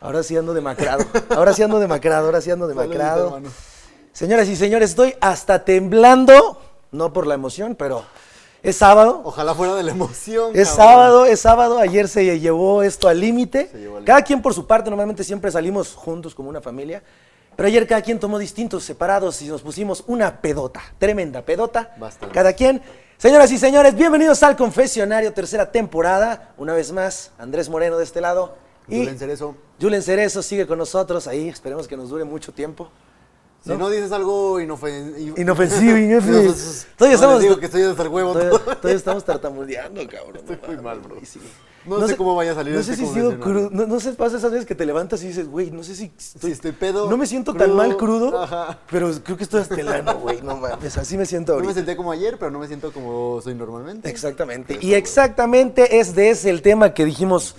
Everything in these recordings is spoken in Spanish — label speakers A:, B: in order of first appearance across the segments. A: Ahora sí ando demacrado. Ahora sí ando demacrado, ahora sí ando demacrado. Señoras y señores, estoy hasta temblando, no por la emoción, pero es sábado.
B: Ojalá fuera de la emoción.
A: Es
B: cabrón.
A: sábado, es sábado. Ayer se llevó esto al límite.
B: Se llevó al
A: Cada quien por su parte, normalmente siempre salimos juntos como una familia. Pero ayer cada quien tomó distintos, separados y nos pusimos una pedota, tremenda pedota.
B: Bastante.
A: Cada quien. Señoras y señores, bienvenidos al Confesionario, tercera temporada. Una vez más, Andrés Moreno de este lado. Y
B: Julen Cerezo.
A: Julen Cerezo sigue con nosotros ahí. Esperemos que nos dure mucho tiempo.
B: Si no, dices algo inofensivo.
A: Inofensivo, inofensivo. Todavía estamos-
B: Todavía estamos. digo que estoy hasta el huevo.
A: Todavía, todavía estamos tartamudeando, cabrón.
B: Estoy muy mal, bro.
A: Sí.
B: No sé cómo vaya a salir
A: No
B: este
A: sé si sigo
B: convenio,
A: crudo. No, no sé, pasa esas veces que te levantas y dices, güey, no sé si estoy,
B: Si estoy pedo,
A: No me siento tan
B: crudo,
A: mal crudo,
B: ajá.
A: pero creo que estoy hasta el ano, güey. No mames, así me siento
B: No me
A: ahorita.
B: sentía como ayer, pero no me siento como soy normalmente.
A: Exactamente. Y exactamente es de ese el tema que dijimos.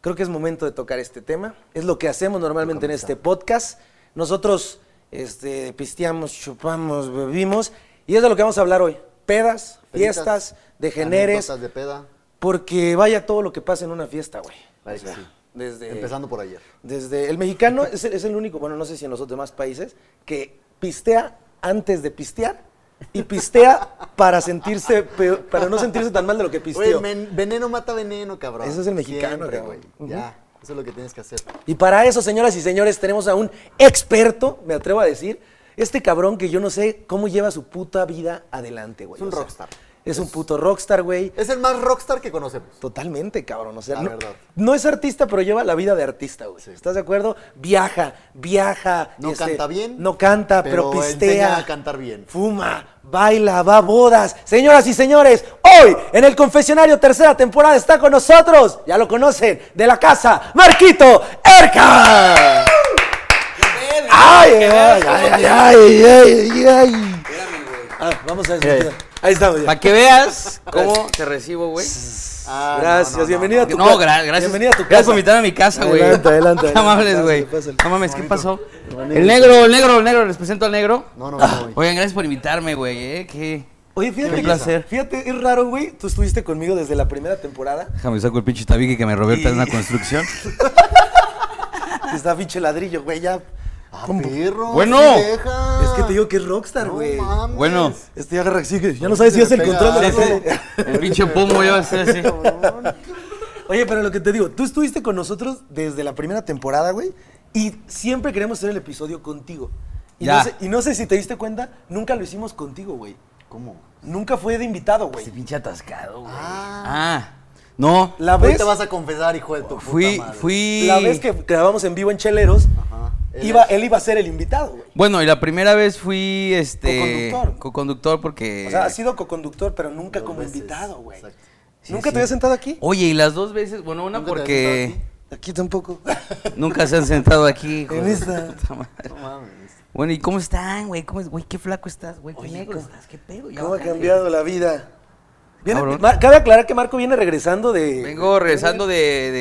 A: Creo que es momento de tocar este tema. Es lo que hacemos normalmente en este podcast. Nosotros este, pisteamos, chupamos, bebimos. Y es de lo que vamos a hablar hoy. Pedas,
B: Peditas,
A: fiestas, degeneres.
B: anécdotas de peda.
A: Porque vaya todo lo que pasa en una fiesta, güey.
B: Vaya que sí.
A: Desde,
B: Empezando por ayer.
A: desde el mexicano es el, es el único, bueno, no sé si en los otros demás países, que pistea antes de pistear y pistea para sentirse, peor- para no sentirse tan mal de lo que
B: Oye,
A: pisteó.
B: men- veneno mata veneno, cabrón.
A: Ese es el mexicano,
B: Siempre,
A: cabrón.
B: güey. Ya, eso es lo que tienes que hacer.
A: Y para eso, señoras y señores, tenemos a un experto, me atrevo a decir, este cabrón que yo no sé cómo lleva su puta vida adelante, güey.
B: Es un
A: O sea,
B: rockstar.
A: Es un puto rockstar, güey.
B: Es el más rockstar que conocemos.
A: Totalmente, cabrón. O sea,
B: La
A: no,
B: verdad.
A: no es artista, pero lleva la vida de artista, güey.
B: Sí.
A: ¿Estás de acuerdo? Viaja, viaja.
B: No canta bien,
A: Este, No canta, pero,
B: pero
A: pistea.
B: enseña a cantar bien.
A: Fuma, baila, va a bodas. Señoras y señores, hoy en el confesionario tercera temporada está con nosotros, ya lo conocen, de la casa, Marquito Erca. ¡Ay, ay, ay, ay, ay, ay, ay. Ah, vamos a desmutear. Ahí estamos ya.
C: Para que veas cómo te recibo, güey.
B: Ah, no,
A: Gracias,
B: no, no,
A: bienvenido a tu
C: No,
A: casa.
C: gra- gracias.
A: Bienvenido a tu
C: Gracias
A: casa.
C: por invitarme a mi casa, güey.
A: Adelante, adelante,
C: No
A: adelante.
C: mames, güey.
A: Pásale, pásale.
C: No mames, ¿qué pasó? El negro, el negro, el negro. Les presento al negro.
B: No, no,
A: Ah,
B: no. güey.
C: Oigan, gracias por invitarme, güey. Eh, qué...
A: Oye, fíjate,
C: Qué
A: que-
C: placer.
A: fíjate, es raro, güey. Tú estuviste conmigo desde la primera temporada.
C: Déjame saco el pinche tabique que me robé en una construcción.
A: Está pinche ladrillo, güey, ya.
B: Ah,
A: Pum,
B: perro,
C: Bueno.
B: sí deja.
A: Es que te digo que es rockstar,
B: No
A: güey.
B: mames.
C: Bueno,
A: este agarra así, que ya no sabes si
B: Se
A: es el
B: pega.
A: control de la
B: Sí, sí.
A: tele.
C: el pinche pomo ya va a ser así.
A: Oye, pero lo que te digo, tú estuviste con nosotros desde la primera temporada, güey, y siempre queremos hacer el episodio contigo. Y,
C: Ya.
A: No sé, y no sé si te diste cuenta, nunca lo hicimos contigo, güey.
B: ¿Cómo?
A: Nunca fue de invitado, güey.
C: Este pinche atascado, güey.
B: Ah.
C: Ah. No.
A: La
B: Hoy
A: vez,
B: te vas a confesar, hijo de tu puta
C: Fui,
B: madre.
C: fui.
A: la vez que grabamos en vivo en Cheleros,
B: Ajá. Él
A: iba,
B: es-
A: Ah, él iba a ser el invitado, güey.
C: Bueno, y la primera vez fui este.
A: Coconductor.
C: coconductor porque.
A: O sea, has sido coconductor, pero nunca
B: Dos
A: como
B: veces,
A: invitado, güey.
B: exacto.
C: Sí,
A: ¿Nunca
C: sí.
A: te había sentado aquí?
C: Oye, y las dos veces, bueno, una
B: ¿Nunca te
C: porque.
B: habías sentado
A: Oh, Aquí tampoco.
C: Nunca se han sentado aquí, hijo
A: En
C: de
A: esta.
C: su puta madre.
B: No mames.
C: Bueno, ¿y cómo están, güey? ¿Cómo es? Güey, qué flaco estás, güey. Qué negro
B: pues,
C: estás, qué pedo. ya
A: ¿Cómo ha
C: bajaste.
A: cambiado la vida? Viene-
C: Cabrón.
A: Mar- cabe aclarar que Marco viene regresando de...
C: Vengo regresando de, de-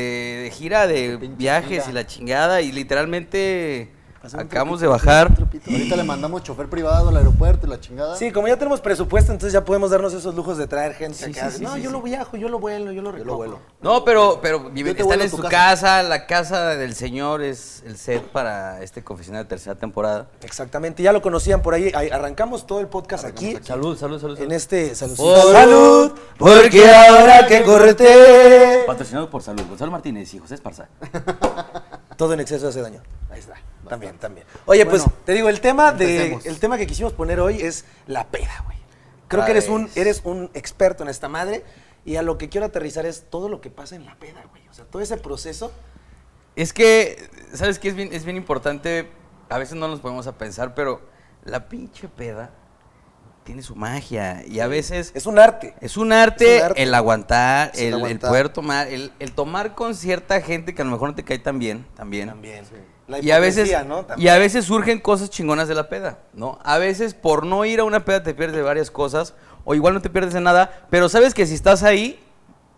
C: de gira, de
B: pinche
C: viajes
B: gira.
C: y la chingada, y literalmente
A: Pasó un
C: acabamos de
A: tropito,
C: bajar.
B: Ahorita le mandamos chofer privado al aeropuerto y la chingada.
A: Sí, como ya tenemos presupuesto, entonces ya podemos darnos esos lujos de traer gente
C: Sí,
A: acá.
C: sí, sí,
A: no,
C: sí,
A: yo
C: sí.
A: lo viajo, yo lo vuelo, yo lo recojo.
B: vuelo.
C: No, pero, pero
B: Yo
C: viven-
B: te
C: están
B: vuelo a
C: en
B: tu
C: su
B: casa.
C: casa. la casa del señor es el set para este confesionario de tercera temporada.
A: Exactamente, ya lo conocían por ahí. Ahí Arrancamos todo el podcast aquí,
C: Salud, salud, salud.
A: en
C: salud.
A: este... Salud,
C: Por-
A: porque ahora que correte...
C: Patrocinado por Salud, Gonzalo Martínez y José Esparza.
A: Todo en exceso hace daño. Ahí está. También, también. Oye, pues
B: Bueno,
A: te digo, el tema de,
B: empecemos.
A: el tema que quisimos poner hoy es la peda, güey. Creo que
C: Otra
A: eres un,
C: vez.
A: eres un experto en esta madre y a lo que quiero aterrizar es todo lo que pasa en la peda, güey. O sea, todo ese proceso.
C: Es que, ¿sabes qué? Es bien, es bien importante, a veces no nos ponemos a pensar, pero la pinche peda tiene su magia y a veces
A: Es un arte.
C: es un arte,
A: es un arte.
C: el aguantar,
A: Es el
C: el, el
A: aguantar.
C: poder tomar, el, el tomar con cierta gente que a lo mejor no te cae tan bien, también.
A: También.
C: Y a, veces,
A: hipocresía, ¿no?
C: y
A: También.
C: a veces surgen cosas chingonas de la peda, ¿no? A veces por no ir a una peda te pierdes de varias cosas o igual no te pierdes de nada, pero sabes que si estás ahí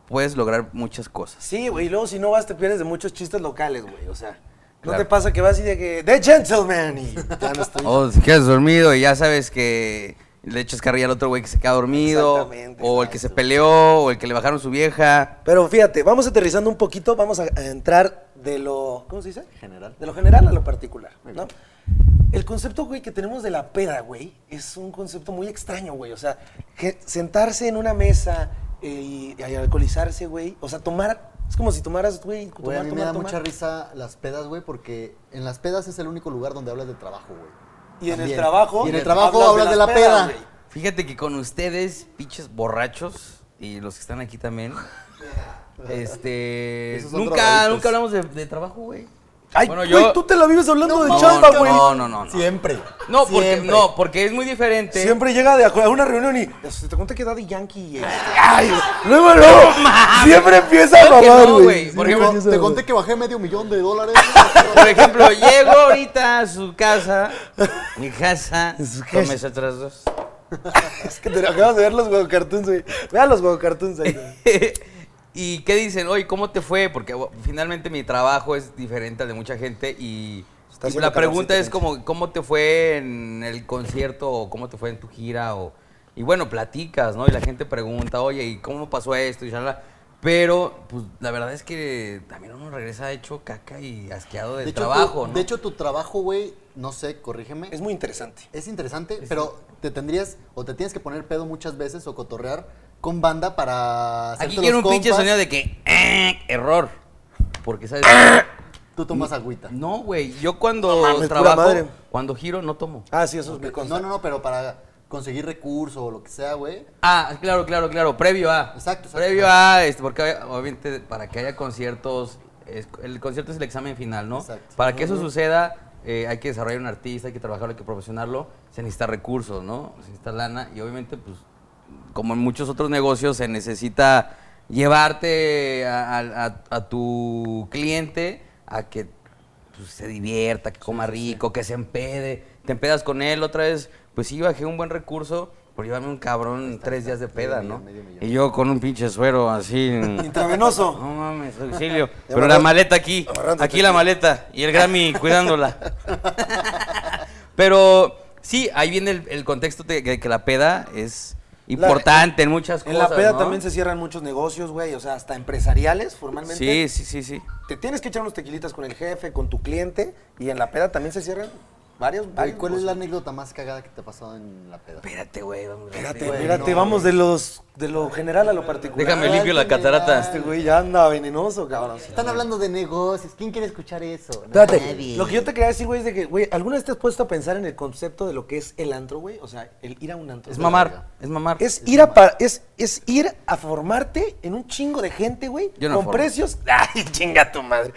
C: puedes lograr muchas cosas.
A: Sí, güey. Y luego si no vas te pierdes de muchos chistes locales, güey. O sea, ¿no
C: Claro.
A: te pasa que vas y de que... The Gentleman! Y ya no estoy...
C: O si quedas dormido y ya sabes que le echas carrilla al otro güey que se queda dormido.
A: Exactamente,
C: O el que se
A: exacto.
C: peleó, o el que le bajaron su vieja.
A: Pero fíjate, vamos aterrizando un poquito, vamos a, a entrar de lo. ¿Cómo se dice?
B: General.
A: De lo general a lo particular,
B: Muy
A: ¿no?
B: bien.
A: El concepto, güey, que tenemos de la peda, güey, es un concepto muy extraño, güey. O sea, que sentarse en una mesa eh, y, y alcoholizarse, güey. O sea, tomar. Es como si tomaras, güey. Tomar,
B: Güey, a mí me
A: tomar,
B: da
A: tomar.
B: mucha risa las pedas, güey, porque en las pedas es el único lugar donde hablas de trabajo, güey.
A: Y en el
B: También.
A: trabajo.
B: Y en el trabajo hablas de, la
A: las pedas,
B: peda.
A: güey.
C: Fíjate que con ustedes, pinches borrachos, y los que están aquí también, este...
B: Esos son
C: Nunca,
B: drogadictos.
C: nunca hablamos de, de trabajo, güey.
A: Ay,
C: Bueno,
A: güey,
C: yo-
A: tú te la vives hablando de
C: no,
A: chamba,
C: no,
A: güey.
C: no, no, no, no.
B: Siempre.
C: No, porque,
B: Siempre.
C: no, porque es muy diferente.
A: Siempre llega de acu- a una reunión y se te cuenta que Daddy Yankee. este, Ay, luego luego. siempre empieza a
C: Claro que
A: mamar,
C: no,
A: güey.
C: güey,
B: Por
C: Porque
B: ejemplo,
C: me-
B: te conté que bajé medio millón de dólares.
C: Por ejemplo, llego ahorita a su casa, mi casa,
A: Su casa.
C: tómese otras dos.
A: Es que te acabas de ver los huevo cartoons, güey. Vean los huevo cartoons ahí. güey.
C: ¿Y qué dicen? Oye, ¿cómo te fue? Porque bueno, finalmente mi trabajo es diferente al de mucha gente y
A: Está
C: y
A: haciendo
C: la pregunta
A: calorcito,
C: es como, ¿cómo te fue en el concierto o cómo te fue en tu gira? O, y bueno, platicas, ¿no? Y la gente pregunta, oye, ¿y cómo pasó esto? Y shalala. Pero, pues, la verdad es que también uno regresa hecho caca y asqueado del
B: De hecho,
C: trabajo,
B: tu,
C: ¿no?
B: De hecho, tu trabajo, güey, no sé, corrígeme.
A: Es muy interesante.
B: Es interesante, pero te tendrías o te tienes que poner pedo muchas veces o cotorrear con banda para hacerte
C: Aquí quiero un
B: los
C: pinche
B: compas.
C: sonido de que "Eh", error. Porque sabes
B: Tú tomas agüita.
C: No, güey, yo cuando
A: mames, pura
C: trabajo,
A: madre.
C: cuando giro no tomo.
A: Ah, sí, eso es me
B: No,
A: consta.
B: no, no, pero para conseguir recursos o lo que sea, güey.
C: Ah, claro, claro, claro, previo a.
B: Exacto, exacto.
C: Previo a, este, porque hay- obviamente para que haya conciertos, es- el concierto es el examen final, ¿no?
B: Exacto.
C: Para que eso suceda, eh, hay que desarrollar un artista, hay que trabajarlo, hay que profesionarlo, se necesita recursos, ¿no? Se necesita lana y obviamente, pues, como en muchos otros negocios, se necesita llevarte a, a- a- a tu cliente a que pues, se divierta, que coma rico, que se empede. Te empedas con él otra vez. Pues sí, bajé un buen recurso por llevarme un cabrón tres días de peda,
B: millón,
C: ¿no?
B: medio millón.
C: Y yo con un pinche suero así. en-
A: Intravenoso.
C: no mames, auxilio. Pero
A: amarrando-
C: la maleta aquí.
A: amarrándote
C: Aquí la maleta. Y el Grammy cuidándola. Pero sí, ahí viene el, el contexto de que, que la peda es importante en muchas cosas.
A: En la peda
C: ¿no?
A: también se cierran muchos negocios, güey. O sea, hasta empresariales, formalmente.
C: Sí, sí, sí, sí.
A: Te tienes que echar unos tequilitas con el jefe, con tu cliente. Y en la peda también se cierran varios.
B: Güey,
A: varios
B: ¿cuál es la
A: negocios.
B: anécdota más cagada que te ha pasado en la peda?
C: Espérate, güey. vamos,
A: Espérate,
C: güey.
A: espérate,
B: no,
A: vamos de los de lo general a lo particular.
C: Déjame limpio la catarata.
A: Este güey ya anda venenoso, cabrón.
B: Están hablando de negocios. ¿Quién quiere escuchar eso?
A: Espérate,
B: Nadie.
A: lo que yo te quería decir, güey, es de que, güey, ¿alguna vez te has puesto a pensar en el concepto de lo que es el antro, güey? O sea, el ir a un antro.
C: Es mamar, es mamar.
A: Es ir a pa- es, es ir a formarte en un chingo de gente, güey.
C: Yo no
A: con
C: formo.
A: precios. Ay, chinga tu madre.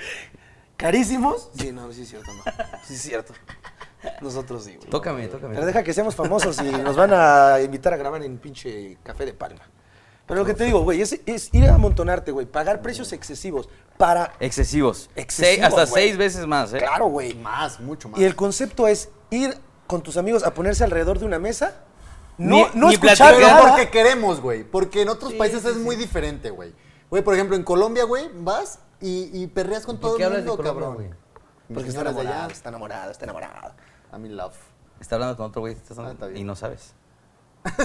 A: Carísimos. Sí, no, sí es cierto, no. Sí es cierto. Nosotros sí, güey.
C: Tócame, tócame.
A: Pero deja que seamos famosos y nos van a invitar a grabar en pinche Café de Palma. Pero lo que te digo, güey, es, es ir a amontonarte, güey, pagar precios excesivos para...
C: Excesivos.
A: Excesivos,
C: Seis- hasta
A: güey.
C: seis veces más, ¿eh?
A: Claro, güey.
B: Más, mucho más.
A: Y el concepto es ir con tus amigos a ponerse alrededor de una mesa, no,
C: Ni-
A: no
C: ni
A: escuchar
B: Pero
C: platicar.
A: nada.
B: porque queremos, güey. Porque en otros países es muy diferente, güey. Güey, por ejemplo, en Colombia, güey, vas y, y perreas con todo
C: qué
B: el
C: hablas de
B: mundo,
C: Colombia,
B: cabrón.
C: güey?
B: Mis
A: Porque está
B: señoras de allá,
A: enamorado, está enamorado, está enamorado.
B: I'm in love.
C: Está hablando con otro güey estás hablando-
B: Ah, está bien.
C: y no sabes.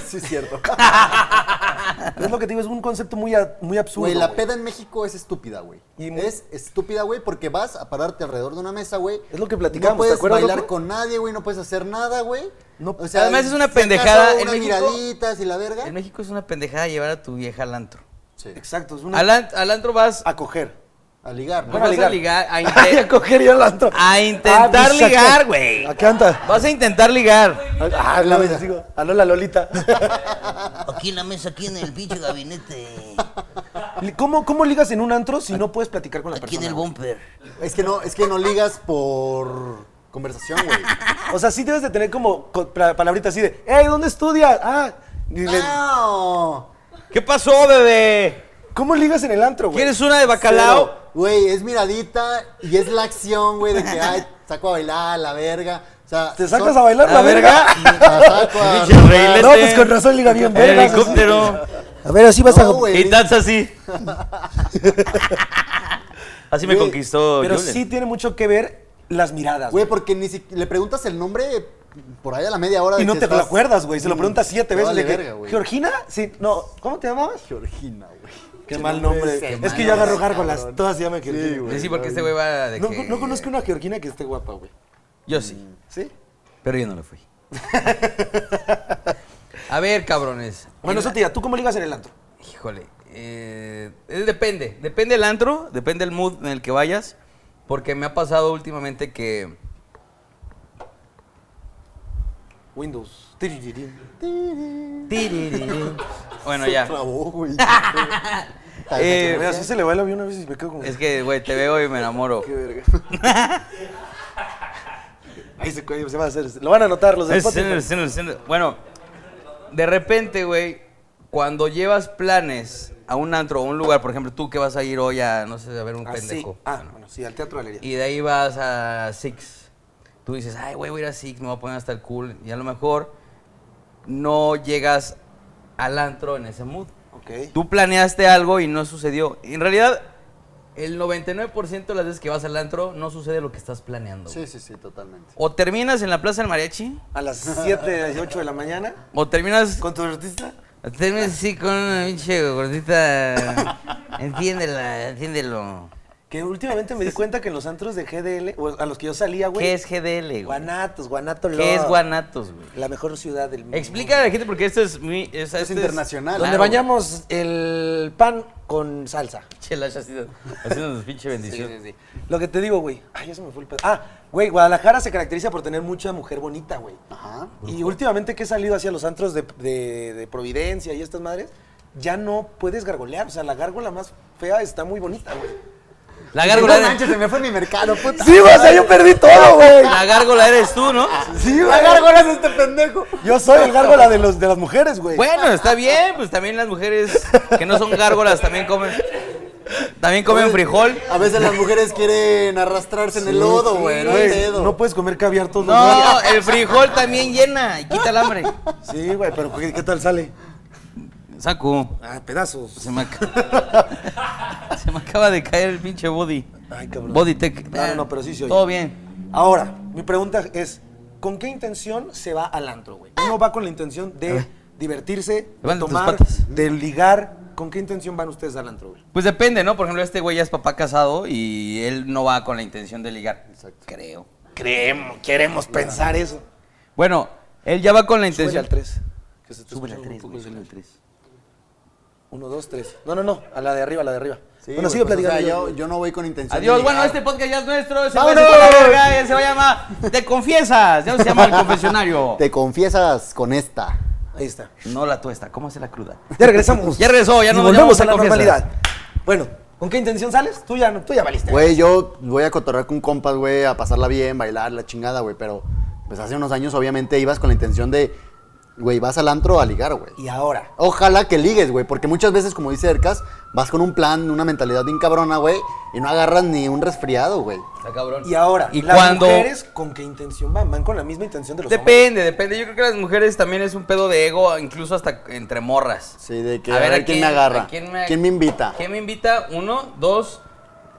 B: sí, es cierto.
A: Es lo que te digo, es un concepto muy, a- muy absurdo.
B: Güey, la
A: güey.
B: peda en México es estúpida, güey.
A: Y muy-
B: Es estúpida, güey, porque vas a pararte alrededor de una mesa, güey.
A: Es lo que platicamos,
B: No
A: ¿te
B: puedes
A: acuerdas,
B: bailar
A: loco?
B: con nadie, güey, no puedes hacer nada, güey.
A: No-
C: Además, es una
B: si acaso
C: pendejada, en
B: unas
C: México-
B: miraditas y la verga.
C: En México es una pendejada llevar a tu vieja al antro.
B: Sí.
A: Exacto, es una...
C: Al, an- al antro vas,
A: A coger.
B: A ligar, ¿no?
C: vas a
A: ligar.
C: ligar, a,
A: Ay, a
C: inte-
A: coger y al antro.
C: a intentar
A: Ah, mis
C: ligar,
A: sacas.
C: güey.
A: Acá anda.
C: Vas a intentar ligar.
A: Ah, la vez digo. Aló la Lolita.
D: Aquí en la mesa, aquí en el pinche gabinete.
A: ¿Cómo, ¿Cómo ligas en un antro si no puedes platicar con la
D: Aquí en
A: persona?
D: el
A: güey?
D: bumper.
B: Es que no, es que no ligas por conversación, güey.
A: O sea, sí debes de tener como co- pla- palabritas así de, hey, ¿dónde estudias? Ah, y le- Ah.
B: No.
C: ¿Qué pasó, bebé?
A: ¿cómo ligas en el antro, güey?
C: ¿Quieres una de bacalao?
B: Güey, es miradita y es la acción, güey, de que, ay, saco a bailar, la verga. O sea,
A: ¿Te sacas a bailar la,
C: La
A: verga?
C: verga.
B: La saco a-
C: Pinche reilete.
A: No, pues con razón liga bien,
C: El
A: vergas.
C: helicóptero.
A: A ver, así vas
B: No,
A: a...
B: güey.
C: Y danza así. Así me
B: Güey,
C: conquistó
A: Pero
C: Julen.
A: sí tiene mucho que ver las miradas,
B: Güey, porque ni si le preguntas el nombre por ahí a la media hora.
A: Y
B: de
A: no
B: pues, que
A: te lo
B: estás-
A: acuerdas, güey. Se lo
B: Mm,
A: preguntas siete
B: te
A: veces.
B: vale
A: de que,
B: verga, güey.
A: ¿Georgina? Sí, no. ¿Cómo te llamabas?
B: Georgina, güey.
A: Qué mal nombre.
B: Qué
A: es
B: mal
A: que yo agarro
B: nombre,
A: gárgolas,
B: cabrón.
A: todas se llaman
B: Sí,
A: Georgina.
B: güey.
C: Sí, sí, porque este güey va de
A: no,
C: que...
A: no conozco una Georgina que esté guapa, güey.
C: Yo sí,
A: ¿Sí?
C: pero yo no lo fui. A ver, cabrones.
A: Bueno, eso te diga, ¿tú cómo ligas en el antro?
C: Híjole, eh, eh, depende, depende el antro, depende el mood en el que vayas, porque me ha pasado últimamente que
A: Windows. Tiririrín.
C: bueno
B: Se
C: ya,
B: trabó, güey.
C: Eh,
A: Güey, así se le va el avión a veces y me quedo como...
C: es que güey te veo y me enamoro.
A: Qué verga. Ahí se, cuello, se va a hacer. Lo van a notar los de
C: Es-
A: Spotify.
C: es- es- es- Bueno, de repente güey, cuando llevas planes a un antro o a un lugar, por ejemplo tú que vas a ir hoy a no sé a ver un
A: Ah, sí.
C: pendejo.
A: Ah, bueno, sí, al Teatro Galería.
C: Y de ahí vas a Six. Tú dices, ay, güey, voy a ir a Six, me voy a poner hasta el cool. Y a lo mejor no llegas al antro en ese mood.
A: Ok.
C: Tú planeaste algo y no sucedió. En realidad, el 99% de las veces que vas al antro no sucede lo que estás planeando.
B: Sí,
C: güey.
B: sí, sí, totalmente.
C: O terminas en la Plaza del Mariachi,
A: A las 7, 8 de la mañana.
C: o terminas,
A: ¿Con tu artista?
C: terminas así con una pinche gordita. Entiéndela, entiéndelo.
A: Que últimamente me di cuenta que en los antros de GDL, o a los que yo salía, güey.
C: ¿Qué es GDL, güey?
A: Guanatos, Guanato Love.
C: ¿Qué es Guanatos, güey?
A: La mejor ciudad del mundo.
C: Explica a la gente porque esto es muy. o sea,
B: Es
C: esto
B: internacional.
A: Donde
C: Claro,
A: bañamos el pan con salsa.
C: güey. Che, Lash, haciendo- haciéndonos pinche bendición.
A: Lo que te digo, güey. Ay, ya se me fue el pedo. Ah, güey, Guadalajara se caracteriza por tener mucha mujer bonita, güey.
B: Ajá.
A: Y últimamente que he salido hacia los antros de, de- de Providencia y estas madres, ya no puedes gargolear. O sea, la gárgola más fea está muy bonita, güey.
C: La gárgola,
B: No
C: eres-
B: manches, se me fue mi mercado, puta.
A: Sí, güey, o sea, yo perdí todo, güey.
C: la gárgola eres tú, ¿no?
A: Sí,
B: La
A: güey.
B: gárgola es este pendejo.
A: Yo soy el gárgola de, los, de las mujeres, güey.
C: Bueno, está bien, pues también las mujeres que no son gárgolas también comen. También comen frijol.
B: A veces las mujeres quieren arrastrarse en el lodo, güey. no hay
A: Güey,
B: pedo.
A: no puedes comer caviar todos los días.
C: No, el frijol también llena y quita el hambre.
A: Sí, güey, pero ¿qué, qué tal sale?
C: Saco,
A: Ah, pedazos.
C: se me, ac- se me acaba de caer el pinche body.
A: Ay, cabrón.
C: Body tech.
A: No, no, no, pero sí se oye.
C: Todo bien.
A: Ahora, mi pregunta es, ¿con qué intención se va al antro, güey? Uno va con la intención de divertirse, de
C: Levanta tus
A: tomar,
C: patas.
A: de ligar. ¿Con qué intención van ustedes al antro, güey?
C: Pues depende, ¿no? Por ejemplo, este güey ya es papá casado y él no va con la intención de ligar. Creo.
A: Creemos, queremos pensar eso.
C: Bueno, él ya va con la intención.
A: Súbele al 3. Que se
C: Súbele al tres, güey, súbele al tres.
A: 1, 2, 3. No, no, no, a la de arriba, a la de arriba.
B: Sí,
A: bueno,
B: güey,
A: sigue
B: pues, o sea,
A: platicando.
B: yo, yo no voy con intención.
C: Adiós,
B: de
C: bueno,
B: ligar.
C: este podcast ya es nuestro. Se
A: ¡Vámonos!
C: va a la verga, él se va a llamar Te Confiesas. Ya no se llama El Confesionario.
B: Te confiesas con esta.
A: Ahí está.
C: No la tuesta, ¿cómo hace la cruda?
A: Ya regresamos.
C: Ya regresó, ya
A: Y
C: nos
A: volvemos
C: llamamos
A: a la
C: a confianza.
A: normalidad. Bueno, ¿con qué intención sales? Tú ya, no- tú ya valiste.
B: Güey, yo voy a cotorrear con compas, güey, a pasarla bien, bailar, la chingada, güey. Pero, pues hace unos años, obviamente, ibas con la intención de, güey, vas al antro a ligar, güey.
A: Y ahora.
B: Ojalá que ligues, güey, porque muchas veces, como dice Ercas, vas con un plan, una mentalidad bien cabrona, güey, y no agarras ni un resfriado, güey.
C: Está cabrón.
A: Y ahora.
C: Y
A: las
C: cuando.
A: mujeres con qué intención van? Van con la misma intención de los hombres.
C: Depende, depende. Yo creo que las mujeres también es un pedo de ego, incluso hasta entre morras.
B: Sí, de que a ver, quién, me agarra,
C: a
B: quién me, invita.
C: ¿Quién me invita? Uno, dos,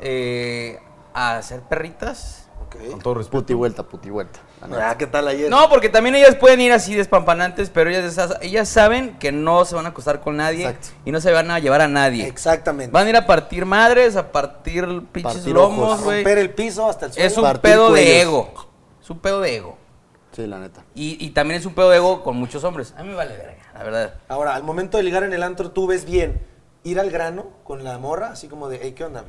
C: eh, a hacer perritas.
A: Ok.
C: todo
B: Puti vuelta, puti vuelta. la neta.
A: Ah, ¿qué tal ayer?
C: No, porque también ellas pueden ir así despampanantes, pero ellas, ellas saben que no se van a acostar con nadie
B: Exacto.
C: y no se van a llevar a nadie.
A: Exactamente.
C: Van a ir a partir madres, a partir pinches
B: Partir ojos.
A: a
C: lomos, güey.
A: romper el piso hasta el suelo.
C: Es un
B: Partir
C: pedo de
B: cuellos.
C: ego. Es un pedo de ego.
B: Sí, la neta.
C: Y, y también es un pedo de ego con muchos hombres. A mí me vale verga, la verdad.
A: Ahora, al momento de ligar en el antro, tú ves bien ir al grano con la morra, así como de, hey, ¿qué onda?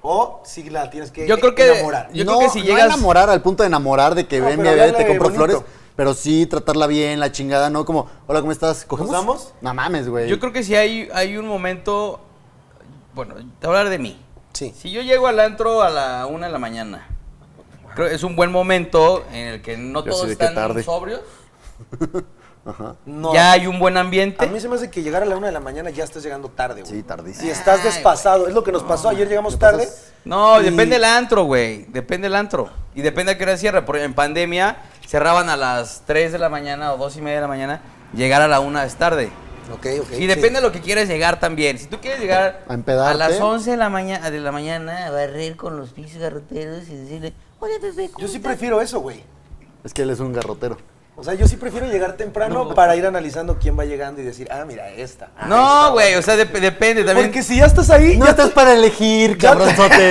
A: O si la tienes que
C: Yo creo que-
A: enamorar.
C: yo- creo que si
B: no
C: llegas-
B: enamorar al punto de enamorar, de que
A: No,
B: ven,
A: pero
B: mira, ve, te
A: hablarle
B: compro
A: bonito.
B: flores, pero sí tratarla bien, la chingada, no como, hola, ¿cómo estás? ¿Cogemos?
A: damos?
B: No mames, güey.
C: Yo creo que si hay, hay un momento. Bueno, te voy a hablar de mí.
A: Sí.
C: Si yo llego al antro a la una de la mañana, creo que es un buen momento en el que no
B: Yo sí
C: todos
B: de que
C: están
B: tarde.
C: sobrios.
A: No.
C: Ya hay un buen
A: A
C: ambiente.
A: mí se me hace que llegar a la una de la mañana ya estás llegando tarde, güey.
B: Sí, tardísimo.
A: Y estás
C: Ay,
A: despasado. Es lo que nos pasó. Ayer llegamos tarde.
C: No,
A: Y-
C: depende del antro, güey. Depende del antro. Y depende a qué hora cierra. Porque en pandemia cerraban a las 3 de la mañana o 2 y media de la mañana. Llegar a la 1 es tarde.
A: Ok, ok.
C: y depende de lo que quieres llegar también. Si tú quieres llegar
B: A empedarte.
C: a las 11 de la, mañana de la mañana,
D: A barrer con los pinches garroteros y decirle, oye, bebé,
A: Yo sí
D: prefiero
A: prefiero eso, güey.
B: Es que él es un garrotero.
A: O sea, yo sí prefiero llegar temprano para ir analizando quién va llegando y decir, ah, mira, esta. ah,
C: No, güey, o sea, dep- depende también.
A: Porque si ya estás ahí,
B: No
A: ya
B: estás
A: te-
B: para elegir, cabronzote.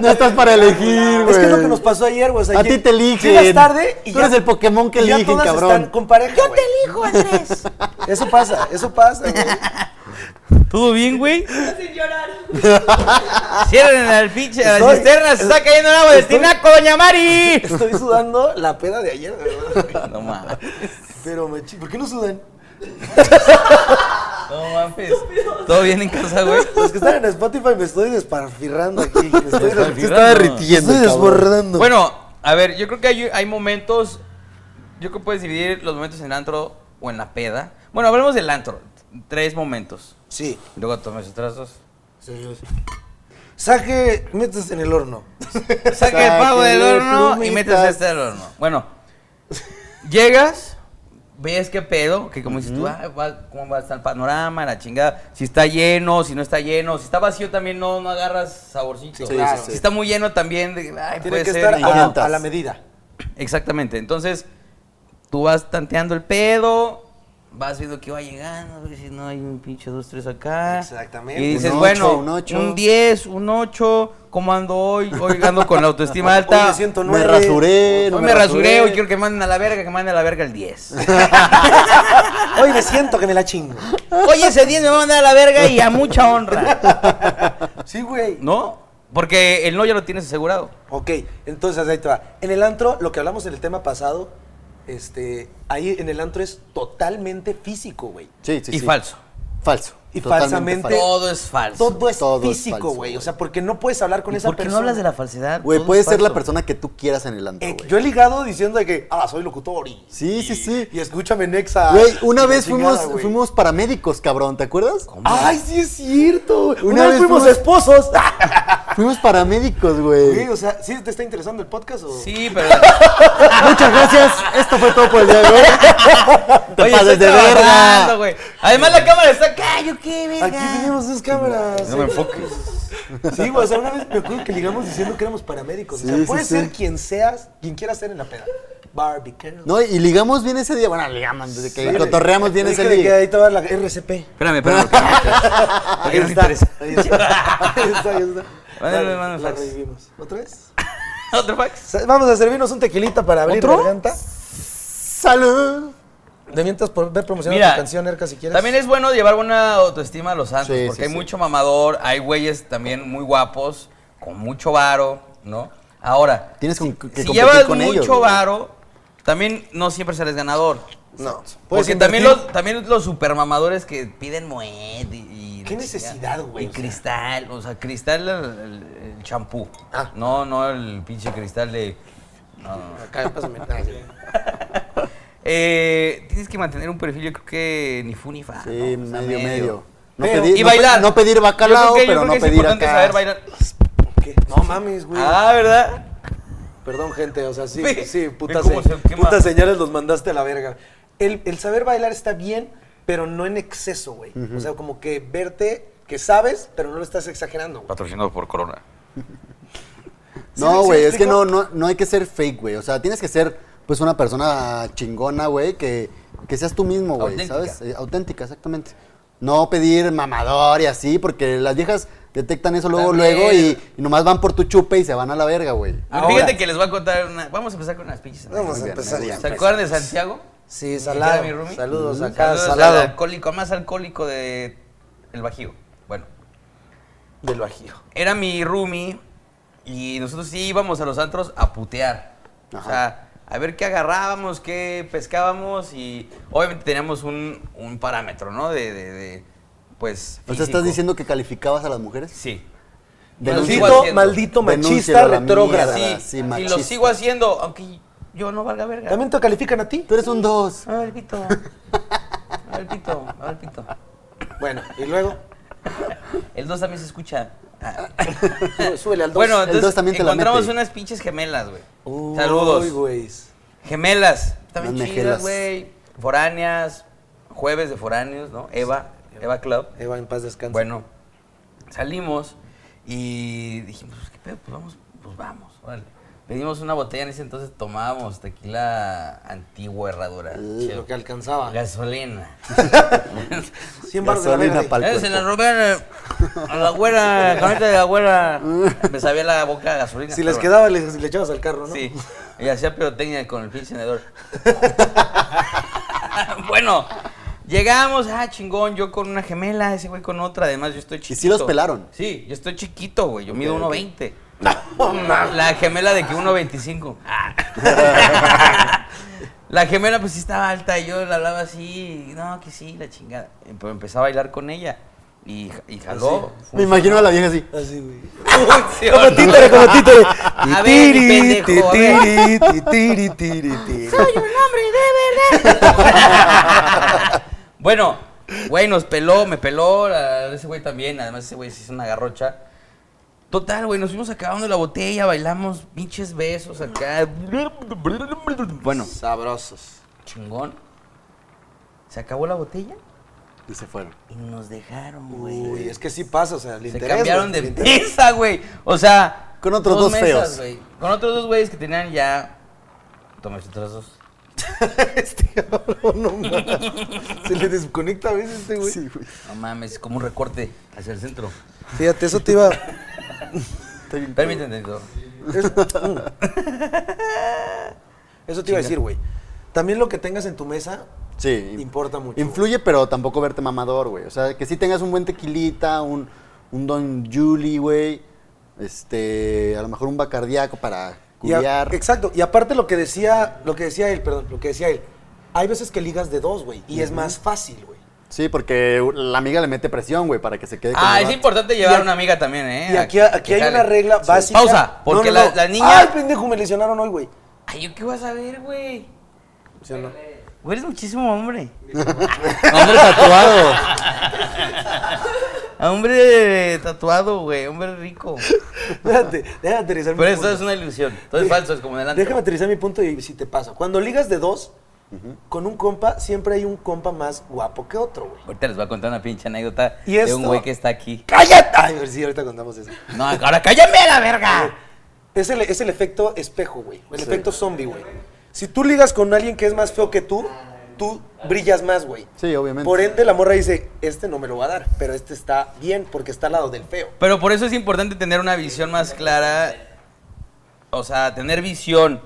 B: No estás para elegir, güey.
A: Es que es lo que nos pasó ayer, güey. o sea,
B: A
A: lle-
B: ti te eligen.
A: Llegas tarde y
B: Tú
A: ya-
B: eres el Pokémon que
A: y ya
B: eligen,
A: todas
B: cabrón.
A: están con pareja,
D: Yo
A: güey.
D: te elijo, Andrés.
A: Eso pasa, eso pasa, güey.
C: ¿Todo bien, güey? Cierren al pinche, a la
A: Estoy-
C: cisterna, se está cayendo el agua del
A: estoy-
C: tinaco, doña Mari.
A: Estoy sudando la peda de ayer, de verdad. güey.
C: No mames.
A: Pero me chi- ¿Por qué no sudan?
C: No mames. ¿Todo bien en casa, güey?
A: Los que están en Spotify me estoy desparfirrando aquí. Me estoy,
C: Desparfirrando.
A: des-
C: está
A: me estoy desbordando.
C: Bueno, a ver, yo creo que hay, hay momentos. Yo creo que puedes dividir los momentos en el antro o en la peda. Bueno, hablemos del antro. Tres momentos.
A: Sí.
C: Luego tomé sus trazos.
A: Saque, metes en el horno.
C: Saca el pavo del horno y metes
B: plumitas.
C: este al horno. Bueno, llegas, ves qué pedo, que como dices tú, ah, va- cómo va a estar el panorama, la chingada, si está lleno, si no está lleno, si está vacío también no, no agarras saborcito.
B: Sí, claro. sí, sí.
C: Si está muy lleno también, de- ay,
A: Tiene
C: puede
A: que
C: ser,
A: estar
C: y
A: a,
B: llantas.
A: a la medida.
C: Exactamente. Entonces, tú vas tanteando el pedo, vas viendo que va llegando, a ver si no hay un pinche dos, tres acá.
A: Exactamente.
C: Y dices,
B: Un ocho,
C: bueno,
B: un
C: un,
B: ocho.
C: 10, un 8, ¿cómo ando hoy? Hoy ando con la autoestima alta.
A: Hoy me siento
B: Me
A: nueve.
B: rasuré, no
C: eh, Hoy me rasuré, hoy quiero que manden a la verga, que manden a la verga el 10.
A: Hoy me siento que me la chingo.
C: Oye, ese 10 me va a mandar a la verga y a mucha honra.
A: Sí, güey.
C: ¿No? Porque el no ya lo tienes asegurado.
A: Ok, entonces ahí te va. En el antro, lo que hablamos en el tema pasado, este, ahí en el antro es totalmente físico, güey.
B: Sí, sí,
C: y
B: sí.
C: falso.
B: Falso.
A: Y
B: Totalmente
A: falsamente-
B: falso.
C: Todo es falso.
A: Todo es
B: Todo es falso,
A: físico, güey.
B: güey.
A: O sea, porque no puedes hablar con
C: ¿Y
A: esa
C: ¿Por qué
A: persona.
C: no hablas de la falsedad?
B: Güey,
C: Todo
B: puedes
C: es
B: ser la
C: falso.
B: persona que tú quieras en el antro,
A: Eh,
B: güey.
A: yo he ligado diciendo de que, ah, soy locutor y...
B: Sí, sí, sí.
A: Y escúchame, Nexa.
C: Ah,
B: Güey, una
A: Y la
B: vez
A: chingada,
B: fuimos,
A: güey.
B: fuimos paramédicos, cabrón, ¿te acuerdas?
A: ¡Ay, sí es cierto! Una,
B: Una
A: vez,
B: vez
A: fuimos
B: fuimos-
A: esposos.
B: Fuimos paramédicos,
A: Güey,
B: güey.
A: o sea, ¿sí te está interesando el podcast o...?
C: Sí, pero.
B: Muchas gracias. Esto fue todo por el día de hoy. Te
C: Oye,
B: pases
C: estoy
B: de
C: trabajando,
B: verga.
C: güey. Además, la cámara está acá, yo qué verga.
A: Aquí tenemos dos cámaras.
C: No me enfoques.
A: Sí, güey, o sea, una vez me acuerdo que ligamos diciendo que éramos paramédicos. o
B: Sí,
A: sea,
B: sí,
A: puedes
B: sí.
A: ser quien seas, quien quieras ser en la peda. Barbie girl.
B: No, y ligamos bien ese día. Bueno, ligamos, desde que
A: Sí,
B: cotorreamos bien
A: le
B: ese
A: dije de que
B: día.
A: ahí te va la RCP.
C: Espérame, espérame.
A: Ahí
C: Ahí
A: está, ahí está. Ahí está, ahí está.
C: Mándale,
A: Dale,
C: mándale
A: la
C: fax.
A: revivimos. ¿Otra vez?
C: ¿Otro fax?
A: Sa- Vamos a servirnos un tequilita para abrir
C: ¿Otro?
A: la garganta.
B: Salud.
A: De mientras por, ve promocionando
C: Mira,
A: tu canción, Erka, si quieres.
C: También es bueno llevar buena autoestima a los santos,
B: Sí,
C: porque
B: sí,
C: hay
B: sí.
C: mucho mamador, hay güeyes también muy guapos, con mucho varo, ¿no? Ahora,
B: Tienes con- que
C: si
B: competir
C: llevas
B: con ellos,
C: mucho
B: güey.
C: varo, también no siempre serás ganador.
A: No. Puedes
C: Porque también los, también los supermamadores que piden moed y... y
A: ¿Qué necesidad, güey?
C: Y
A: O sea.
C: cristal, o sea, cristal el- el el champú.
A: Ah.
C: No, no el pinche cristal de... No, no, no.
A: Acá, pásame.
C: Eh, tienes que mantener un perfil, yo creo que ni fu ni fa. ¿no? pues, O
B: Sí,
C: sea,
B: medio, medio. No
A: Pero-
B: pedir,
C: Y
B: no pe-
C: bailar.
B: No pedir
C: Yo
B: bacalao,
C: creo que- yo
B: pero
C: creo
B: no
C: que es
B: pedir
C: importante
B: acá.
C: saber bailar.
A: ¿Qué? No mames, güey.
C: Ah, ¿verdad?
A: Perdón, gente, o sea, sí,
C: Ve,
A: sí,
C: ve
A: putas,
C: cómo
A: se-
C: se quema.
A: putas señales los mandaste a la verga. El, el saber bailar está bien, pero no en exceso, güey. O sea, como que verte que sabes, pero no lo estás exagerando, güey.
C: Patrocinado por Corona.
A: ¿Sí me- sí
B: No,
A: me
B: güey, es que
A: explico?
B: no, no, no hay que ser fake, güey. O sea, tienes que ser, pues, una persona chingona, güey, que, que seas tú mismo, güey,
C: Auténtica.
B: ¿sabes? Eh, Auténtica, exactamente. No pedir mamador y así, porque las viejas detectan eso luego,
C: También. Ah,
B: luego y, y nomás van por tu chupe y se van a la verga, güey.
A: Ahora.
C: Fíjate que les voy a contar una. Vamos a empezar con unas pinches.
A: Vamos a
B: bien,
A: empezar
B: muy
A: ya.
B: bien.
C: ¿Se acuerdan de
B: pues,
C: Santiago?
A: Sí,
C: ¿Mi
A: salado.
C: queda mi roomie?
A: Saludos
B: Ujú.
A: acá,
C: Saludos al
A: salado.
C: alcohólico, más alcohólico de el Bajío. Bueno,
A: Del bajío.
C: era mi roomie y nosotros sí íbamos a los antros a putear. O
B: Ajá.
C: sea, a ver qué agarrábamos, qué pescábamos y obviamente teníamos un, un parámetro, ¿no? De, de, de, pues.
B: O sea,
C: físico.
B: ¿estás diciendo que calificabas a las mujeres?
C: Sí.
B: Denúncialo.
C: sigo
A: Maldito, maldito
C: haciendo.
B: Denúncialo
A: machista
B: a la
A: retrógrado.
B: mierda.
C: Sí,
B: sí,
C: y
B: machista.
C: lo sigo haciendo, aunque yo no valga verga.
A: ¿También te califican a ti?
B: Tú eres un dos.
C: A ver, pito. A ver, pito. A ver, pito.
A: Bueno, y luego,
C: El 2 también se escucha. Ah.
A: Sú- súbele al dos.
C: Bueno,
B: El
C: entonces
B: dos también te la
C: encontramos
B: mete.
C: unas pinches gemelas, güey.
A: Uy,
C: Saludos.
A: güey.
C: Gemelas. También
B: Unas
C: chidas,
B: mejelas.
C: güey. Foráneas. Jueves de foráneos, ¿no? Eva. Eva Club.
A: Eva, en paz descansa.
C: Bueno, salimos y dijimos, ¿qué pedo? Pues vamos, pues vamos, órale. Pedimos una botella, en ese entonces tomábamos tequila antigua herradura.
A: Lo que alcanzaba.
C: Gasolina.
E: 100 barras de la
B: Gasolina
E: verde.
B: pa'l
C: Eh,
B: cuerpo.
C: se la robé a la- a la güera, camioneta de la güera. Me sabía la boca de gasolina.
A: Si les
C: pero-
A: quedaba, les, le echabas al carro, ¿no?
C: Sí. Y hacía pirotecnia con el pinche encendedor. bueno, llegamos, ah, chingón, yo con una gemela, ese güey con otra. Además, yo estoy
B: sí
C: chiquito.
B: los pelaron?
C: Sí, yo estoy chiquito, güey. Yo mido 1.20. La gemela de que 1.25. Ah. la gemela, pues sí estaba alta. Y yo la hablaba así, no, que sí, la chingada. Eh, Pero empecé a bailar con ella. Y, y jaló.
B: Me imagino a la vieja así.
A: Así, güey.
C: Funcionó.
E: Como títere, como títere.
C: A ver, mi pendejo, a ver.
E: Titiri, titiri, titiri, titiri.
C: bueno, güey, nos peló, me peló, la- ese güey también, además ese güey se hizo una garrocha. Total, güey, nos fuimos acabando la botella, bailamos pinches besos acá. Bueno,
A: Sabrosos.
C: chingón. Se acabó la botella
B: Y se fueron.
C: y nos dejaron,
A: Uy,
C: güey.
A: es que sí pasa, o sea, le
C: Se
A: interesa.
C: cambiaron de mesa, güey. O sea,
B: Con otros dos feos.
C: güey. Con otros dos güeyes que tenían ya. Toma otros dos.
A: este Se le desconecta a veces este güey.
B: Sí, güey.
C: No mames, como un recorte hacia el centro.
E: Fíjate, eso te iba.
B: Está bien.
C: Permíteme, doctor.
A: Eh, Eso te iba a decir, güey. También lo que tengas en tu mesa
B: Sí.
A: importa mucho.
B: Influye, pero tampoco verte mamador, güey. O sea, que sí tengas un buen tequilita, un, un Don Julie, güey. Este, a lo mejor un bacardíaco para
A: Y a-
B: cuidar.
A: exacto. Y aparte lo que decía, lo que decía él, perdón, lo que decía él. Hay veces que ligas de dos, güey, y es más fácil, güey.
B: Sí, porque la amiga le mete presión, güey, para que se quede con
C: Ah,
B: el
C: es
B: vato.
C: importante
A: Y
C: llevar
A: a-
C: una amiga también, ¿eh?
A: Y aquí, aquí
C: que
A: hay
C: jale.
A: una regla
C: Sí.
A: básica.
C: Pausa,
A: No,
C: porque
A: no,
C: la,
A: no.
C: la niña.
A: Ay, pendejo, me lesionaron hoy, güey.
C: Ay, ¿yo qué vas a ver, güey?
A: ¿Sí o no?
C: Güey, eres muchísimo hombre.
B: Hombre tatuado.
C: Hombre tatuado, güey. Hombre rico.
A: Déjate, déjame aterrizar mi
C: Pero esto
A: punto.
C: es una ilusión. Todo es
A: Deja-
C: falso, es como en el antro.
A: Déjame aterrizar mi punto y si te pasa. Cuando ligas de dos, con un compa, siempre hay un compa más guapo que otro, güey.
C: Ahorita les voy a contar una pinche anécdota
A: ¿Y
C: de
A: esto?
C: un güey que está aquí.
A: ¡Cállate! Ay, pero sí, ahorita contamos eso.
C: No, ahora cállame a la
A: Eh,
C: verga.
A: Es el, es el efecto espejo, güey. El efecto zombie, güey. Si tú ligas con alguien que es más feo que tú, tú brillas más, güey.
B: Sí, obviamente.
A: Por ende, la morra dice, este no me lo va a dar, pero este está bien porque está al lado del feo.
C: Pero por eso es importante tener una visión más clara. O sea, tener visión.